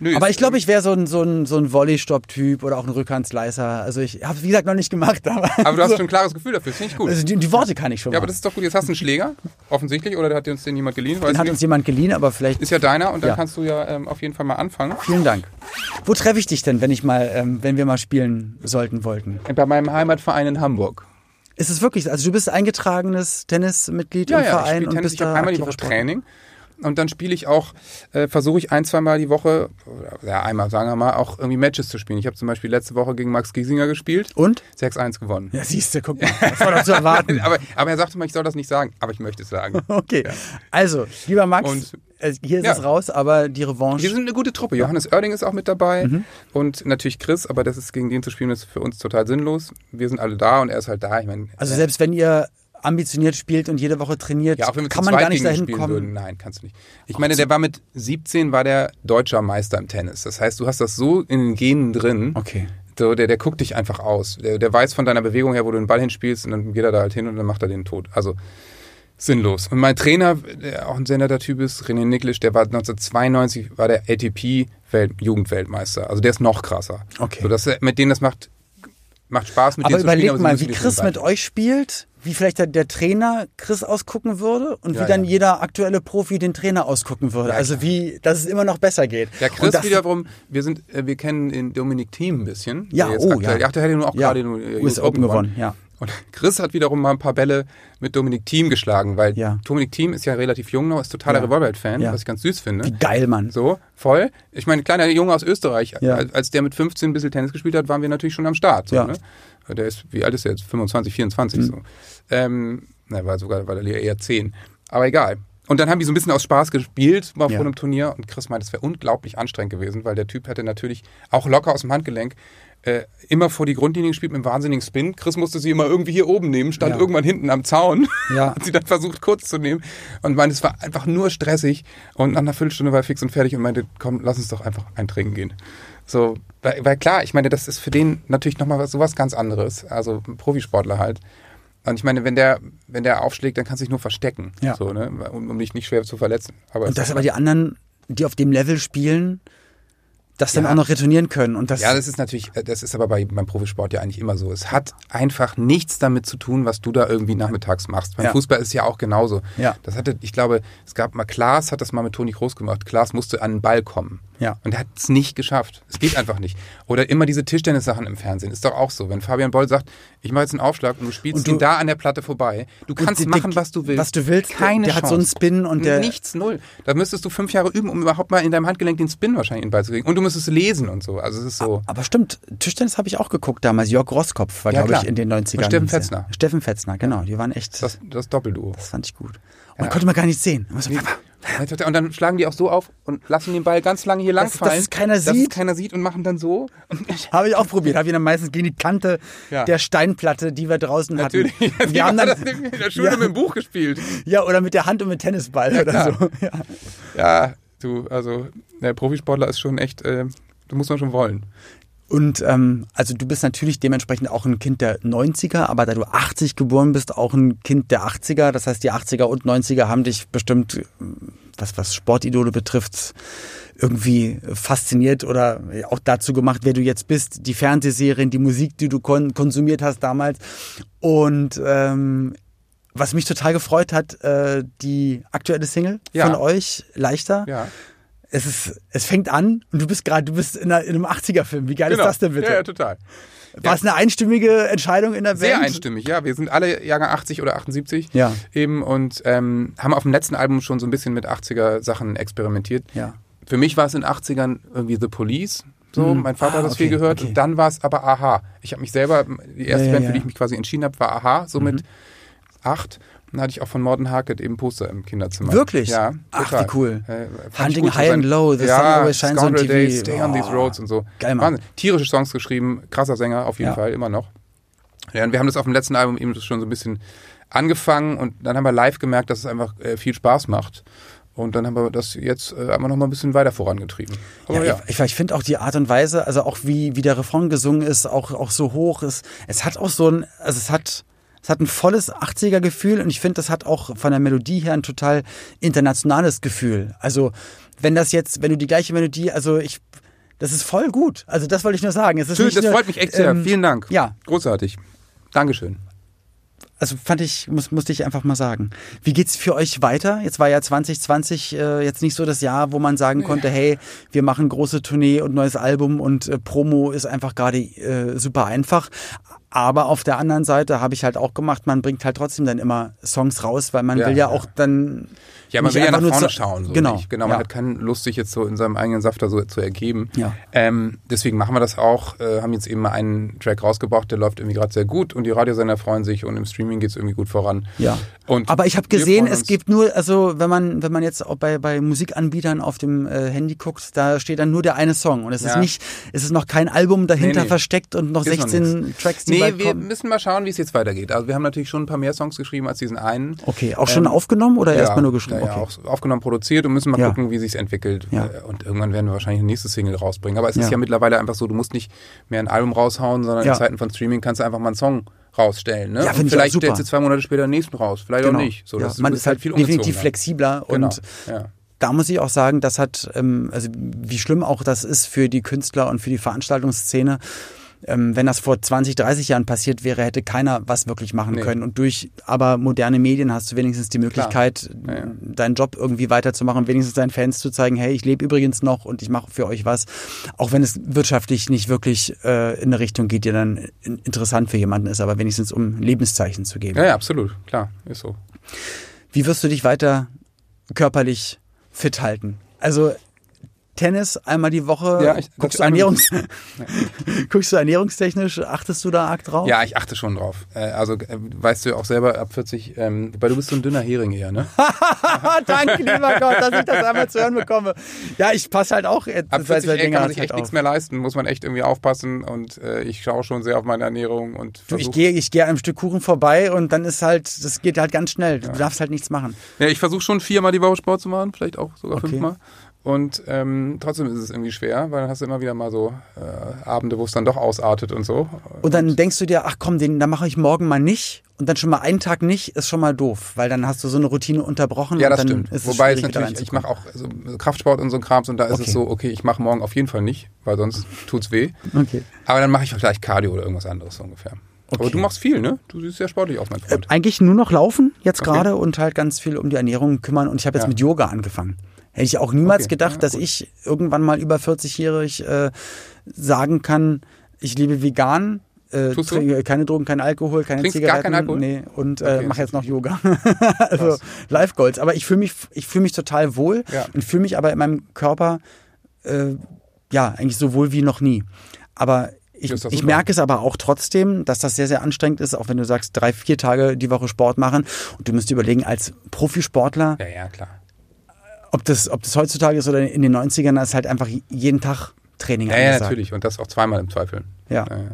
S5: Nö,
S2: Aber
S5: ist-
S2: ich glaube, ich wäre so ein, so ein, so ein Volley-Stop-Typ oder auch ein Rückhandsleiser. Also ich habe es, wie gesagt, noch nicht gemacht. Aber,
S5: Aber du hast schon ein klares Gefühl dafür. Finde ich gut.
S2: also die, die Worte kann ich schon
S5: Ja,
S2: mal.
S5: aber das ist doch gut. Jetzt hast du einen Schläger, offensichtlich, oder hat dir uns den jemand geliehen? Weiß
S2: Den hat
S5: nicht.
S2: uns jemand geliehen, aber vielleicht...
S5: ist ja deiner und dann
S2: Ja.
S5: kannst du ja ähm, auf jeden Fall mal anfangen.
S2: Vielen Dank. Wo treffe ich dich denn, wenn ich mal, ähm, wenn wir mal spielen sollten wollten?
S5: Bei meinem Heimatverein in Hamburg.
S2: Ist es wirklich so? Also du bist eingetragenes Tennismitglied
S5: Ja,
S2: im
S5: ja, ich
S2: Verein
S5: spiele
S2: und
S5: Tennis.
S2: bist
S5: Ich
S2: da
S5: habe einmal die
S2: aktiver
S5: Woche
S2: Sportler.
S5: Training. Und dann spiele ich auch, äh, versuche ich ein, zweimal die Woche, oder, ja, einmal, sagen wir mal, auch irgendwie Matches zu spielen. Ich habe zum Beispiel letzte Woche gegen Max Giesinger gespielt.
S2: Und?
S5: 6-1 gewonnen.
S2: Ja, siehst du, guck mal, das war doch zu erwarten.
S5: aber, aber er sagte mal, ich soll das nicht sagen. Aber ich möchte es sagen.
S2: Okay, also, lieber Max,
S5: Und-
S2: äh, hier ist
S5: ja.
S2: es raus, aber die Revanche.
S5: Wir sind eine gute Truppe. Johannes Oerding ist auch mit dabei und natürlich Chris, aber das ist gegen den zu spielen, ist für uns total sinnlos. Wir sind alle da und er ist halt da. Ich meine,
S2: also selbst wenn ihr ambitioniert spielt und jede Woche trainiert,
S5: ja, auch wenn wir
S2: kann
S5: zu
S2: man
S5: zweit
S2: gar nicht
S5: gegen ihn
S2: dahin
S5: spielen
S2: kommen.
S5: würden. Nein, kannst du nicht. Ich meine, der war mit 17 war der deutscher Meister im Tennis. Das heißt, du hast das so in den Genen drin.
S2: Okay.
S5: So, der, der guckt dich einfach aus. Der, der weiß von deiner Bewegung her, wo du den Ball hinspielst und dann geht er da halt hin und dann macht er den tot. Also sinnlos. Und mein Trainer, der auch ein sehr netter Typ ist, René Niklisch, der war 1992 war der ATP -Welt Jugendweltmeister. Also der ist noch krasser.
S2: Okay.
S5: So, dass er, mit denen das macht macht Spaß mit
S2: Aber
S5: denen zu spielen.
S2: überlegt
S5: sie
S2: mal,
S5: müssen
S2: wie
S5: dich
S2: Chris
S5: schon
S2: mit
S5: weiter-
S2: euch spielt, wie vielleicht der, der Trainer Chris ausgucken würde und
S5: Ja,
S2: wie dann
S5: ja.
S2: jeder aktuelle Profi den Trainer ausgucken würde. also wie, dass es immer noch besser geht.
S5: Ja,
S2: Und
S5: Chris
S2: das-
S5: wiederum, wir sind, äh, wir kennen den Dominik Thiem ein bisschen.
S2: Ja,
S5: der jetzt
S2: oh,
S5: aktuell,
S2: ja.
S5: Ach, der hat ja nur auch
S2: Ja,
S5: gerade den äh,
S2: US Open gewonnen, ja.
S5: Und Chris hat wiederum mal ein paar Bälle mit Dominik Thiem geschlagen, weil
S2: Ja.
S5: Dominik Thiem ist ja relativ jung noch, ist totaler
S2: Ja.
S5: Revolverhead-Fan,
S2: Ja.
S5: was ich ganz süß finde.
S2: Wie geil, Mann.
S5: So, voll. Ich meine, kleiner Junge aus Österreich,
S2: Ja.
S5: als, als der mit 15 ein bisschen Tennis gespielt hat, waren wir natürlich schon am Start. So,
S2: Ja. Mhm.
S5: ne? Der ist, wie alt ist der jetzt? 25, 24 so. Ähm, na, war sogar war der eher 10. Aber egal. Und dann haben die so ein bisschen aus Spaß gespielt mal
S2: Ja.
S5: vor einem Turnier und Chris meinte, es wäre unglaublich anstrengend gewesen, weil der Typ hätte natürlich auch locker aus dem Handgelenk äh, immer vor die Grundlinie gespielt mit einem wahnsinnigen Spin. Chris musste sie immer irgendwie hier oben nehmen, stand
S2: Ja.
S5: irgendwann hinten am Zaun,
S2: Ja.
S5: hat sie dann versucht kurz zu nehmen und meinte, es war einfach nur stressig und nach einer Viertelstunde war er fix und fertig und meinte, komm, lass uns doch einfach ein Trinken gehen. So, weil, weil klar, ich meine, das ist für den natürlich nochmal was, sowas ganz anderes, also ein Profisportler halt. Und ich meine, wenn der, wenn der aufschlägt, dann kannst du dich nur verstecken,
S2: Ja.
S5: so, ne? um, um dich nicht schwer zu verletzen. Aber
S2: Und dass aber die anderen, die auf dem Level spielen, das dann
S5: Ja.
S2: auch noch retournieren können. Und das,
S5: Ja, das ist natürlich, äh, das ist aber bei, beim Profisport ja eigentlich immer so. Es hat einfach nichts damit zu tun, was du da irgendwie nachmittags machst. Beim
S2: Ja.
S5: Fußball ist es ja auch genauso.
S2: Ja.
S5: Das hatte, ich glaube, es gab mal, Klaas hat das mal mit Toni Groß gemacht. Klaas musste an den Ball kommen.
S2: Ja.
S5: Und er hat es nicht geschafft. Es geht einfach nicht. Oder immer diese Tischtennissachen im Fernsehen. Ist doch auch so. Wenn Fabian Boll sagt, ich mache jetzt einen Aufschlag und du spielst
S2: Und du-
S5: ihn da an der Platte vorbei. Du
S2: Und
S5: kannst
S2: die-
S5: machen,
S2: die-
S5: was du willst.
S2: was du willst, der-
S5: Keine
S2: der
S5: Chance.
S2: hat so einen Spin und der-
S5: Nichts, null. Da müsstest du fünf Jahre üben, um überhaupt mal in deinem Handgelenk den Spin wahrscheinlich in den Ball zu kriegen. Und du müsstest lesen und so. Also es ist so.
S2: aber stimmt, Tischtennis habe ich auch geguckt damals. Jörg Rosskopf war,
S5: Ja,
S2: glaube ich,
S5: klar.
S2: in den 90ern.
S5: Und Steffen
S2: sehr-
S5: Fetzner.
S2: Steffen Fetzner, genau. Die waren echt, das,
S5: Das, das Doppelduo.
S2: fand ich gut. Und konnte man gar nicht sehen. Man so,
S5: Und dann schlagen die auch so auf und lassen den Ball ganz lange hier lang
S2: Dass- dass
S5: fallen.
S2: es keiner
S5: dass Es
S2: sieht.
S5: keiner sieht und machen dann so. Und
S2: Habe ich auch probiert. Habe ich dann meistens gegen die Kante
S5: Ja.
S2: der Steinplatte, die wir draußen
S5: natürlich.
S2: hatten.
S5: die
S2: Wir haben
S5: haben
S2: dann,
S5: das nämlich in der Schule
S2: ja,
S5: mit dem Buch gespielt.
S2: ja, oder mit der Hand und mit Tennisball oder so. Ja.
S5: Ja, du, also der Profisportler ist schon echt, äh, da muss man schon wollen.
S2: Und ähm, also du bist natürlich dementsprechend auch ein Kind der 90er, aber da du 80 geboren bist, auch ein Kind der 80er. Das heißt, die 80er und 90er haben dich bestimmt, ähm, was, was Sportidole betrifft, irgendwie fasziniert oder auch dazu gemacht, wer du jetzt bist. Die Fernsehserien, die Musik, die du kon konsumiert hast damals. Und ähm, was mich total gefreut hat, äh, die aktuelle Single
S5: Ja.
S2: von euch, Leichter
S5: Ja.
S2: es ist, es fängt an und du bist gerade, du bist in, einer, in einem 80er-Film. Wie geil ist das denn bitte?
S5: Genau. Ja, ja, total.
S2: War es eine einstimmige Entscheidung in der
S5: Sehr
S2: Band?
S5: einstimmig, ja. Wir sind alle Jahrgang 80 oder 78
S2: Ja.
S5: eben und ähm, haben auf dem letzten Album schon so ein bisschen mit 80er Sachen experimentiert.
S2: Ja.
S5: Für mich war es in den 80ern irgendwie The Police. So, mein Vater hat das
S2: Mhm. Ah, okay,
S5: viel gehört
S2: okay.
S5: und dann war es aber Aha. Ich habe mich selber, die erste Band,
S2: ja, ja. Mhm.
S5: für die ich mich quasi entschieden habe, war Aha, so mit acht. Dann hatte ich auch von Morten Harkett eben Poster im Kinderzimmer.
S2: Wirklich?
S5: Ja.
S2: Ach,
S5: total.
S2: wie cool.
S5: Äh, fand ich
S2: Hunting
S5: gut, so
S2: High
S5: sein-
S2: and Low, The
S5: ja,
S2: Sun Always Shines on
S5: Scoundrel
S2: TV.
S5: Days, Stay on
S2: Boah.
S5: these roads und so.
S2: Geil, Mann.
S5: Wahnsinn. Tierische Songs geschrieben, krasser Sänger auf jeden
S2: Ja.
S5: Fall, immer noch. Ja, und wir haben das auf dem letzten Album eben schon so ein bisschen angefangen und dann haben wir live gemerkt, dass es einfach äh, viel Spaß macht. Und dann haben wir das jetzt äh, einfach noch mal ein bisschen weiter vorangetrieben. Aber
S2: Ja, Ich, ich finde auch die Art und Weise, also auch wie, wie der Refrain gesungen ist, auch, auch so hoch ist. Es hat auch so ein, also es hat, es hat ein volles 80er-Gefühl und ich finde, das hat auch von der Melodie her ein total internationales Gefühl. Also, wenn das jetzt, wenn du die gleiche Melodie, also ich, das ist voll gut. Also, das wollte ich nur ähm, sagen. Es ist
S5: Schön,
S2: nicht
S5: das
S2: nur,
S5: freut mich echt sehr.
S2: ähm,
S5: Vielen Dank.
S2: Ja,
S5: Großartig. Dankeschön.
S2: also fand ich, muss, musste ich einfach mal sagen. Wie geht's für euch weiter? Jetzt war ja 2020 äh, jetzt nicht so das Jahr, wo man sagen konnte, hey, wir machen große Tournee und neues Album und äh, Promo ist einfach gerade äh, super einfach. Aber auf der anderen Seite habe ich halt auch gemacht, man bringt halt trotzdem dann immer Songs raus, weil man
S5: Ja,
S2: will ja
S5: ja.
S2: auch dann.
S5: Ja, man
S2: nicht
S5: will ja nach
S2: einfach nur
S5: vorne
S2: zu-
S5: schauen. So
S2: genau.
S5: Nicht. Genau, man
S2: ja.
S5: hat keine Lust, sich jetzt so in seinem eigenen Saft da so zu ergeben.
S2: Ja.
S5: Ähm, deswegen machen wir das auch. Äh, haben jetzt eben mal einen Track rausgebracht, der läuft irgendwie gerade sehr gut und die Radiosender freuen sich und im Streaming geht's irgendwie gut voran.
S2: Ja.
S5: Und
S2: Aber ich habe
S5: wir
S2: gesehen,
S5: freuen
S2: es
S5: uns.
S2: gibt nur, also wenn man, wenn man jetzt auch bei, bei Musikanbietern auf dem äh, Handy guckt, da steht dann nur der eine Song und es ist
S5: Ja.
S2: nicht, es ist noch kein Album dahinter
S5: Nee, nee.
S2: versteckt und noch
S5: Ist noch
S2: 16
S5: nix.
S2: Tracks, die
S5: Nee,
S2: bald
S5: wir
S2: kommen.
S5: müssen mal schauen, wie es jetzt weitergeht. Also wir haben natürlich schon ein paar mehr Songs geschrieben als diesen einen.
S2: Okay, auch schon aufgenommen oder erstmal nur geschrieben?
S5: Ähm, Ja, ja,
S2: okay.
S5: auch aufgenommen, produziert und müssen mal
S2: Ja.
S5: gucken, wie sich's entwickelt.
S2: Ja.
S5: Äh, Und irgendwann werden wir wahrscheinlich eine nächste Single rausbringen. Aber es
S2: Ja.
S5: ist ja mittlerweile einfach so, du musst nicht mehr ein Album raushauen, sondern
S2: Ja.
S5: in Zeiten von Streaming kannst du einfach mal einen Song rausstellen. Ne?
S2: Ja,
S5: Und
S2: find ich auch
S5: vielleicht
S2: super.
S5: stellst du zwei Monate später den nächsten raus, vielleicht
S2: Genau.
S5: auch nicht. So,
S2: ja,
S5: das, du
S2: man
S5: bist
S2: ist halt
S5: viel
S2: definitiv
S5: ungezwungener.
S2: flexibler
S5: Genau.
S2: und
S5: ja.
S2: da muss ich auch sagen, das hat, ähm, also wie schlimm auch das ist für die Künstler und für die Veranstaltungsszene. Ähm, wenn das vor 20, 30 Jahren passiert wäre, hätte keiner was wirklich machen
S5: Nee.
S2: können. Und durch aber moderne Medien hast du wenigstens die Möglichkeit,
S5: Ja, ja.
S2: deinen Job irgendwie weiterzumachen, wenigstens deinen Fans zu zeigen, hey, ich lebe übrigens noch und ich mache für euch was. Auch wenn es wirtschaftlich nicht wirklich äh, in eine Richtung geht, die dann in- interessant für jemanden ist, aber wenigstens um ein Lebenszeichen zu geben.
S5: ja, ja, absolut. Klar, ist so.
S2: Wie wirst du dich weiter körperlich fit halten? Also Tennis einmal die Woche.
S5: Ja, ich-
S2: guckst, du
S5: das-
S2: Ernährungs guckst du ernährungstechnisch, achtest du da arg drauf?
S5: Ja, ich achte schon drauf. Äh, also äh, weißt du ja auch selber ab 40, ähm, weil du bist so ein dünner Hering eher, ne?
S2: Ah, danke, lieber Gott, dass ich das einmal zu hören bekomme. Ja, ich passe halt auch äh,
S5: Ab 40 Ecken kann man sich
S2: halt
S5: echt nichts
S2: auf.
S5: mehr leisten, muss man echt irgendwie aufpassen und äh, ich schaue schon sehr auf meine Ernährung und
S2: Du, ich
S5: versuche
S2: gehe ich gehe an einem Stück Kuchen vorbei und dann ist halt, das geht halt ganz schnell. Du darfst halt nichts machen.
S5: ja, ich versuche schon viermal die Woche Sport zu machen, vielleicht auch sogar
S2: Okay.
S5: fünfmal. Und ähm, trotzdem ist es irgendwie schwer, weil dann hast du immer wieder mal so äh, Abende, wo es dann doch ausartet und so.
S2: Und dann denkst du dir, ach komm, den, dann mache ich morgen mal nicht. Und dann schon mal einen Tag nicht, ist schon mal doof, weil dann hast du so eine Routine unterbrochen.
S5: Ja,
S2: und
S5: das
S2: dann
S5: stimmt.
S2: Ist es
S5: Wobei es
S2: schwierig, wieder
S5: natürlich, ich
S2: reinzukommen.
S5: mache auch so Kraftsport und so ein Krams und da ist
S2: Okay.
S5: es so, okay, ich mache morgen auf jeden Fall nicht, weil sonst tut's weh.
S2: Okay.
S5: Aber dann mache ich vielleicht Cardio oder irgendwas anderes so ungefähr. Aber du machst viel, ne? Du siehst sehr sportlich aus, mein Freund.
S2: Eigentlich nur noch laufen jetzt
S5: Okay.
S2: gerade und halt ganz viel um die Ernährung kümmern. Und ich habe jetzt
S5: Ja.
S2: mit Yoga angefangen. Hätte ich auch niemals
S5: Okay.
S2: gedacht,
S5: Ja,
S2: dass
S5: gut.
S2: ich irgendwann mal über 40-jährig äh, sagen kann, ich lebe vegan. Äh,
S5: Tust du?
S2: trinke keine Drogen, kein Alkohol, keine
S5: Trinkst gar
S2: Zigaretten.
S5: keinen Alkohol?
S2: Nee, und äh,
S5: Okay.
S2: mache jetzt noch Yoga. also Life Goals. Aber ich fühle mich, ich fühle mich total wohl
S5: Ja.
S2: und fühle mich aber in meinem Körper äh, ja eigentlich so wohl wie noch nie. Aber ich,
S5: Ja, ist doch
S2: ich
S5: super.
S2: merke es aber auch trotzdem, dass das sehr, sehr anstrengend ist, auch wenn du sagst, drei, vier Tage die Woche Sport machen. Und du musst überlegen, als Profisportler,
S5: Ja, ja, klar.
S2: ob das, ob das heutzutage ist oder in den 90ern, ist halt einfach jeden Tag Training
S5: Ja, ja,
S2: angesagt.
S5: natürlich. Und das auch zweimal im Zweifel.
S2: Ja.
S5: Ja, ja.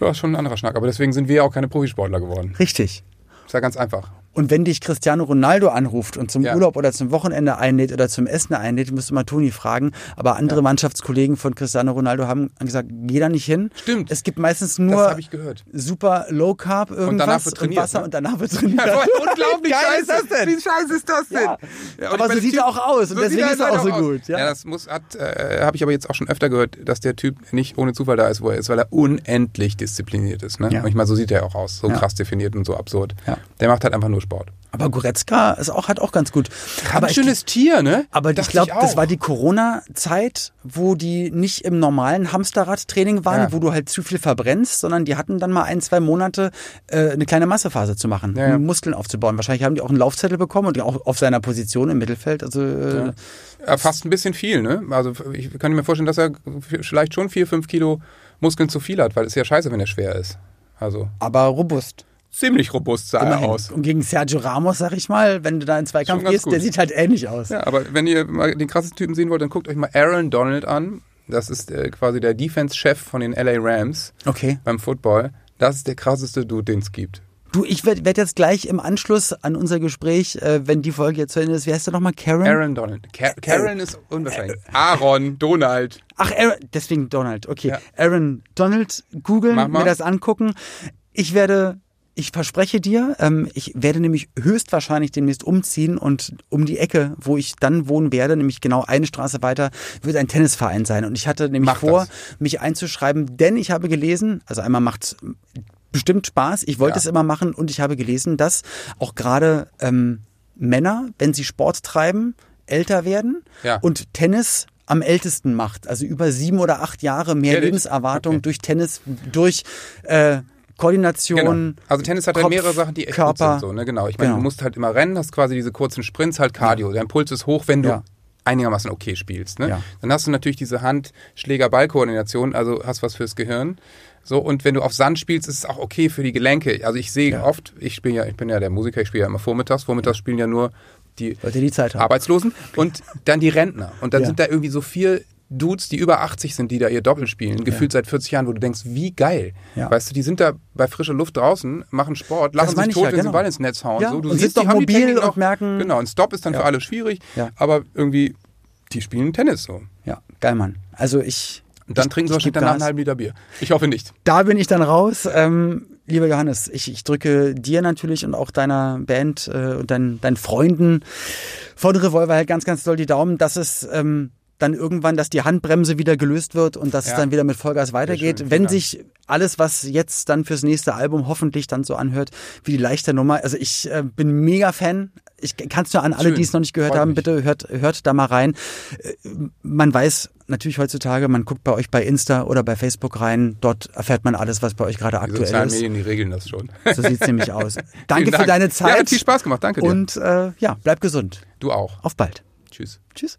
S5: ja, ist schon ein anderer Schnack. Aber deswegen sind wir ja auch keine Profisportler geworden.
S2: Richtig.
S5: Ist ja ganz einfach.
S2: Und wenn dich Cristiano Ronaldo anruft und zum
S5: Ja.
S2: Urlaub oder zum Wochenende einlädt oder zum Essen einlädt, musst du mal Toni fragen. Aber andere Mannschaftskollegen von Cristiano Ronaldo haben gesagt, geh da nicht hin.
S5: Stimmt.
S2: Es gibt meistens
S5: das
S2: nur
S5: habe ich gehört.
S2: super Low Carb irgendwas
S5: danach wird trainiert,
S2: Wasser
S5: ne?
S2: und danach wird trainiert.
S5: Ja, voll unglaublich
S2: Wie geil ist das denn?
S5: Wie scheiße ist das denn?
S2: Ja.
S5: Ja, und
S2: Aber
S5: ich meine,
S2: so sieht
S5: der
S2: er auch aus und deswegen
S5: sieht
S2: ist er
S5: halt
S2: auch so gut, ja.
S5: Ja, das muss hat äh, habe ich aber jetzt auch schon öfter gehört, dass der Typ nicht ohne Zufall da ist, wo er ist, weil er unendlich diszipliniert ist. Ne?
S2: Ja.
S5: Und ich meine, so sieht er auch aus, so
S2: Ja.
S5: krass definiert und so absurd.
S2: Ja.
S5: Der macht halt einfach nur Sport.
S2: Aber Goretzka ist auch, hat auch ganz gut. Aber ich,
S5: schönes Tier, ne?
S2: aber ich
S5: Dachte
S2: glaube, das
S5: auch.
S2: war die Corona-Zeit, wo die nicht im normalen Hamsterrad-Training waren,
S5: Ja.
S2: wo du halt zu viel verbrennst, sondern die hatten dann mal ein, zwei Monate äh, eine kleine Massephase zu machen,
S5: Ja, ja.
S2: um Muskeln aufzubauen. Wahrscheinlich haben die auch einen Laufzettel bekommen und auch auf seiner Position im Mittelfeld. Also äh,
S5: Ja, fast ein bisschen viel, ne? Also ich kann mir vorstellen, dass er vielleicht schon vier, fünf Kilo Muskeln zu viel hat, weil es ist ja scheiße, wenn er schwer ist. Also
S2: aber robust.
S5: ziemlich robust sah
S2: Immerhin.
S5: er aus.
S2: Und gegen Sergio Ramos, sag ich mal, wenn du da in Zweikampf
S5: Schon ganz
S2: gehst, der
S5: gut.
S2: sieht halt ähnlich aus.
S5: Ja, aber wenn ihr mal den krassesten Typen sehen wollt, dann guckt euch mal Aaron Donald an. Das ist äh, quasi der Defense-Chef von den LA Rams
S2: Okay.
S5: beim Football. Das ist der krasseste Dude, den es gibt.
S2: Du, ich werde werd jetzt gleich im Anschluss an unser Gespräch, äh, wenn die Folge jetzt zu Ende ist, wie heißt der nochmal? Karen?
S5: Aaron Donald. Ka Karen ist unwahrscheinlich. Äh, Aaron Donald.
S2: Ach, Aaron, deswegen Donald. Okay.
S5: Ja.
S2: Aaron Donald googeln,
S5: Mach mal.
S2: mir das angucken. Ich werde, ich verspreche dir, ähm, ich werde nämlich höchstwahrscheinlich demnächst umziehen und um die Ecke, wo ich dann wohnen werde, nämlich genau eine Straße weiter, wird ein Tennisverein sein. Und ich hatte nämlich
S5: Mach
S2: vor,
S5: das.
S2: mich einzuschreiben, denn ich habe gelesen, also einmal macht's bestimmt Spaß. Ich wollte
S5: Ja.
S2: es immer machen und ich habe gelesen, dass auch gerade ähm, Männer, wenn sie Sport treiben, älter werden
S5: Ja.
S2: und Tennis am ältesten macht. Also über sieben oder acht Jahre mehr
S5: Ehrlich?
S2: Lebenserwartung
S5: Okay.
S2: durch Tennis, durch äh, Koordination.
S5: Genau. Also Tennis hat
S2: Kopf,
S5: halt mehrere Sachen, die echt gut
S2: Körper.
S5: sind. So, ne? Genau. Ich meine,
S2: Genau.
S5: du musst halt immer rennen, hast quasi diese kurzen Sprints, halt Cardio. Der Impuls ist hoch, wenn du
S2: Ja.
S5: einigermaßen okay spielst. Ne?
S2: Ja.
S5: Dann hast du natürlich diese Hand-Schläger-Ball-Koordination, also hast was fürs Gehirn. So, und wenn du auf Sand spielst, ist es auch okay für die Gelenke. Also ich sehe oft, ich spiele ja, ich bin ja der Musiker, ich spiele ja immer vormittags. Vormittags spielen ja nur die
S2: Leute, die Zeit haben.
S5: Arbeitslosen und dann die Rentner. Und dann
S2: Ja.
S5: sind da irgendwie so vier Dudes, die über 80 sind, die da ihr Doppel spielen, gefühlt seit 40 Jahren, wo du denkst, wie geil.
S2: Ja.
S5: Weißt du, die sind da bei frischer Luft draußen, machen Sport, lachen
S2: meine
S5: sich
S2: ich
S5: tot,
S2: ja,
S5: wenn sie
S2: genau.
S5: den Ball ins Netz hauen.
S2: Ja,
S5: So, du
S2: und
S5: siehst,
S2: sind
S5: die
S2: doch
S5: haben die
S2: mobil
S5: Technik noch.
S2: und merken-
S5: Genau, ein Stop ist dann für alle schwierig,
S2: Ja.
S5: aber irgendwie, die spielen Tennis so.
S2: Ja, geil, Mann. Also ich.
S5: Und dann
S2: ich,
S5: trinken sie
S2: ich
S5: wahrscheinlich
S2: geb
S5: danach
S2: Gas.
S5: einen halben Liter Bier. Ich hoffe nicht.
S2: Da bin ich dann raus. Ähm, lieber Johannes, ich, ich drücke dir natürlich und auch deiner Band äh, und deinen, deinen Freunden von Revolver halt ganz, ganz doll die Daumen, dass es ähm, dann irgendwann, dass die Handbremse wieder gelöst wird und dass es
S5: Ja.
S2: dann wieder mit Vollgas weitergeht.
S5: schön, vielen
S2: Wenn
S5: Dank.
S2: sich alles, was jetzt dann fürs nächste Album hoffentlich dann so anhört, wie die leichte Nummer. Also ich äh, bin mega Fan. Ich kann es nur an alle,
S5: Schön.
S2: die es noch nicht gehört
S5: Freut
S2: haben,
S5: mich.
S2: bitte hört, hört da mal rein man weiß natürlich heutzutage, man guckt bei euch bei Insta oder bei Facebook rein. Dort erfährt man alles, was bei euch gerade
S5: Die
S2: aktuell
S5: sozialen
S2: ist.
S5: Medien, die regeln das schon.
S2: So sieht's nämlich aus.
S5: Vielen
S2: Danke für
S5: Dank.
S2: deine
S5: Ja,
S2: Zeit.
S5: hat viel Spaß gemacht, danke dir.
S2: Und äh, ja, bleib gesund.
S5: Du auch.
S2: Auf bald.
S5: Tschüss.
S2: Tschüss.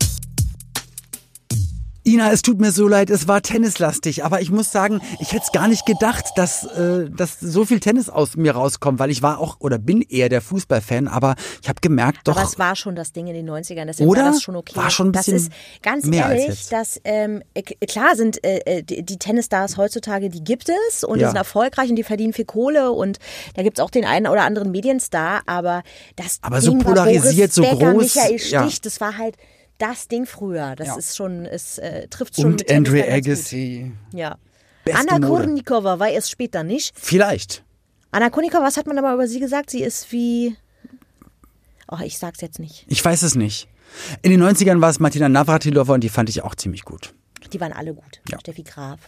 S2: Ina, es tut mir so leid, es war tennislastig, aber ich muss sagen, ich hätte es gar nicht gedacht, dass, äh, dass so viel Tennis aus mir rauskommt, weil ich war auch oder bin eher der Fußballfan, aber ich habe gemerkt, doch.
S3: Aber es war schon das Ding in den 90ern, deswegen
S2: Oder?
S3: war das schon okay.
S2: War schon ein bisschen
S3: das ist ganz
S2: mehr als
S3: ehrlich,
S2: jetzt.
S3: dass ähm, äh, klar sind äh, äh, die, die Tennisstars heutzutage, die gibt es und
S2: Ja.
S3: die sind erfolgreich und die verdienen viel Kohle und da gibt es auch den einen oder anderen Medienstar, aber das
S2: Aber so
S3: Ding war
S2: polarisiert,
S3: Boris
S2: so
S3: Becker,
S2: groß,
S3: Michael Stich,
S2: ja.
S3: das war halt das Ding früher. Das
S2: Ja.
S3: ist schon, es äh, trifft schon mit
S2: und
S3: Tennis
S2: Andre
S3: dann ganz gut.
S2: Agassi.
S3: Ja.
S2: Beste
S3: Anna
S2: Mode.
S3: Kurnikova war erst später nicht.
S2: Vielleicht.
S3: Anna Kurnikova, was hat man aber über sie gesagt? Sie ist wie. Oh, ich sag's jetzt nicht.
S2: Ich weiß es nicht. In den 90ern war es Martina Navratilova und die fand ich auch ziemlich gut.
S3: Die waren alle gut.
S2: Ja. Äh,
S3: Steffi Graf.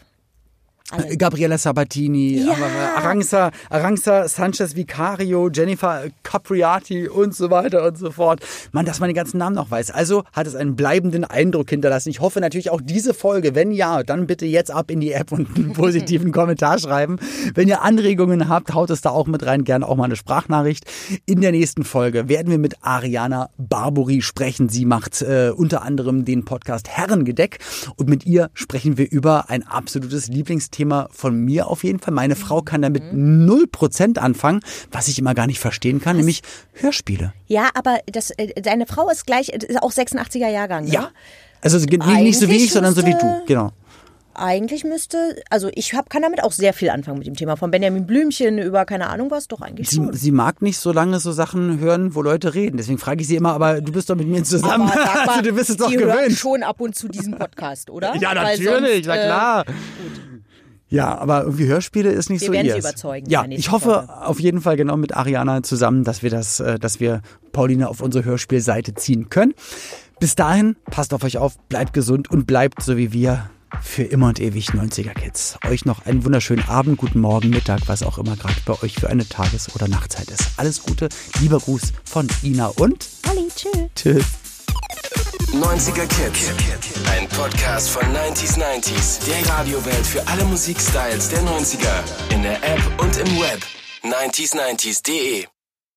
S3: Alle.
S2: Gabriela Sabatini,
S3: Ja.
S2: aber Arantxa, Arantxa Sanchez Vicario, Jennifer äh, Capriati und so weiter und so fort. Mann, dass man den ganzen Namen noch weiß. Also hat es einen bleibenden Eindruck hinterlassen. Ich hoffe natürlich auch diese Folge. Wenn ja, dann bitte jetzt ab in die App und einen positiven Kommentar schreiben. Wenn ihr Anregungen habt, haut es da auch mit rein. Gerne auch mal eine Sprachnachricht. In der nächsten Folge werden wir mit Ariana Barbori sprechen. Sie macht äh, unter anderem den Podcast Herrengedeck und mit ihr sprechen wir über ein absolutes Lieblingsthema von mir auf jeden Fall. Meine Frau kann damit
S3: Mhm.
S2: 0% anfangen, was ich immer gar nicht verstehen kann, nämlich Hörspiele.
S3: Ja, aber das, äh, deine Frau ist gleich, äh, ist auch 86er Jahrgang. Ne?
S2: Ja. Also nicht, nicht so wie ich,
S3: Eigentlich
S2: sondern so wie du.
S3: müsste-
S2: Genau.
S3: Eigentlich müsste, also ich hab, kann damit auch sehr viel anfangen mit dem Thema. Von Benjamin Blümchen über keine Ahnung was, doch eigentlich
S2: Sie,
S3: schon.
S2: sie mag nicht so lange so Sachen hören, wo Leute reden. Deswegen frage ich sie immer, aber du bist doch mit mir zusammen.
S3: Aber sag mal,
S2: also du bist es doch
S3: die hören
S2: gewöhnt.
S3: schon ab und zu diesen Podcast, oder?
S2: Ja,
S3: Weil
S2: natürlich,
S3: sonst,
S2: na
S3: äh,
S2: klar. Ja, aber irgendwie Hörspiele ist nicht
S3: Wir
S2: so
S3: werden sie
S2: ihrs.
S3: überzeugen
S2: Ja,
S3: in der
S2: ich
S3: nächsten
S2: hoffe
S3: Folge.
S2: auf jeden Fall genau mit Ariana zusammen, dass wir das, äh, dass wir Pauline auf unsere Hörspielseite ziehen können. Bis dahin, passt auf euch auf, bleibt gesund und bleibt so wie wir für immer und ewig 90er Kids. Euch noch einen wunderschönen Abend, guten Morgen, Mittag, was auch immer gerade bei euch für eine Tages- oder Nachtzeit ist. Alles Gute, lieber Gruß von Ina und
S3: Olli, tschüss.
S2: Tschüss.
S1: 90er Kids. Ein Podcast von 90s 90s. Der Radiowelt für alle Musikstyles der 90er. In der App und im Web. 90s90s.de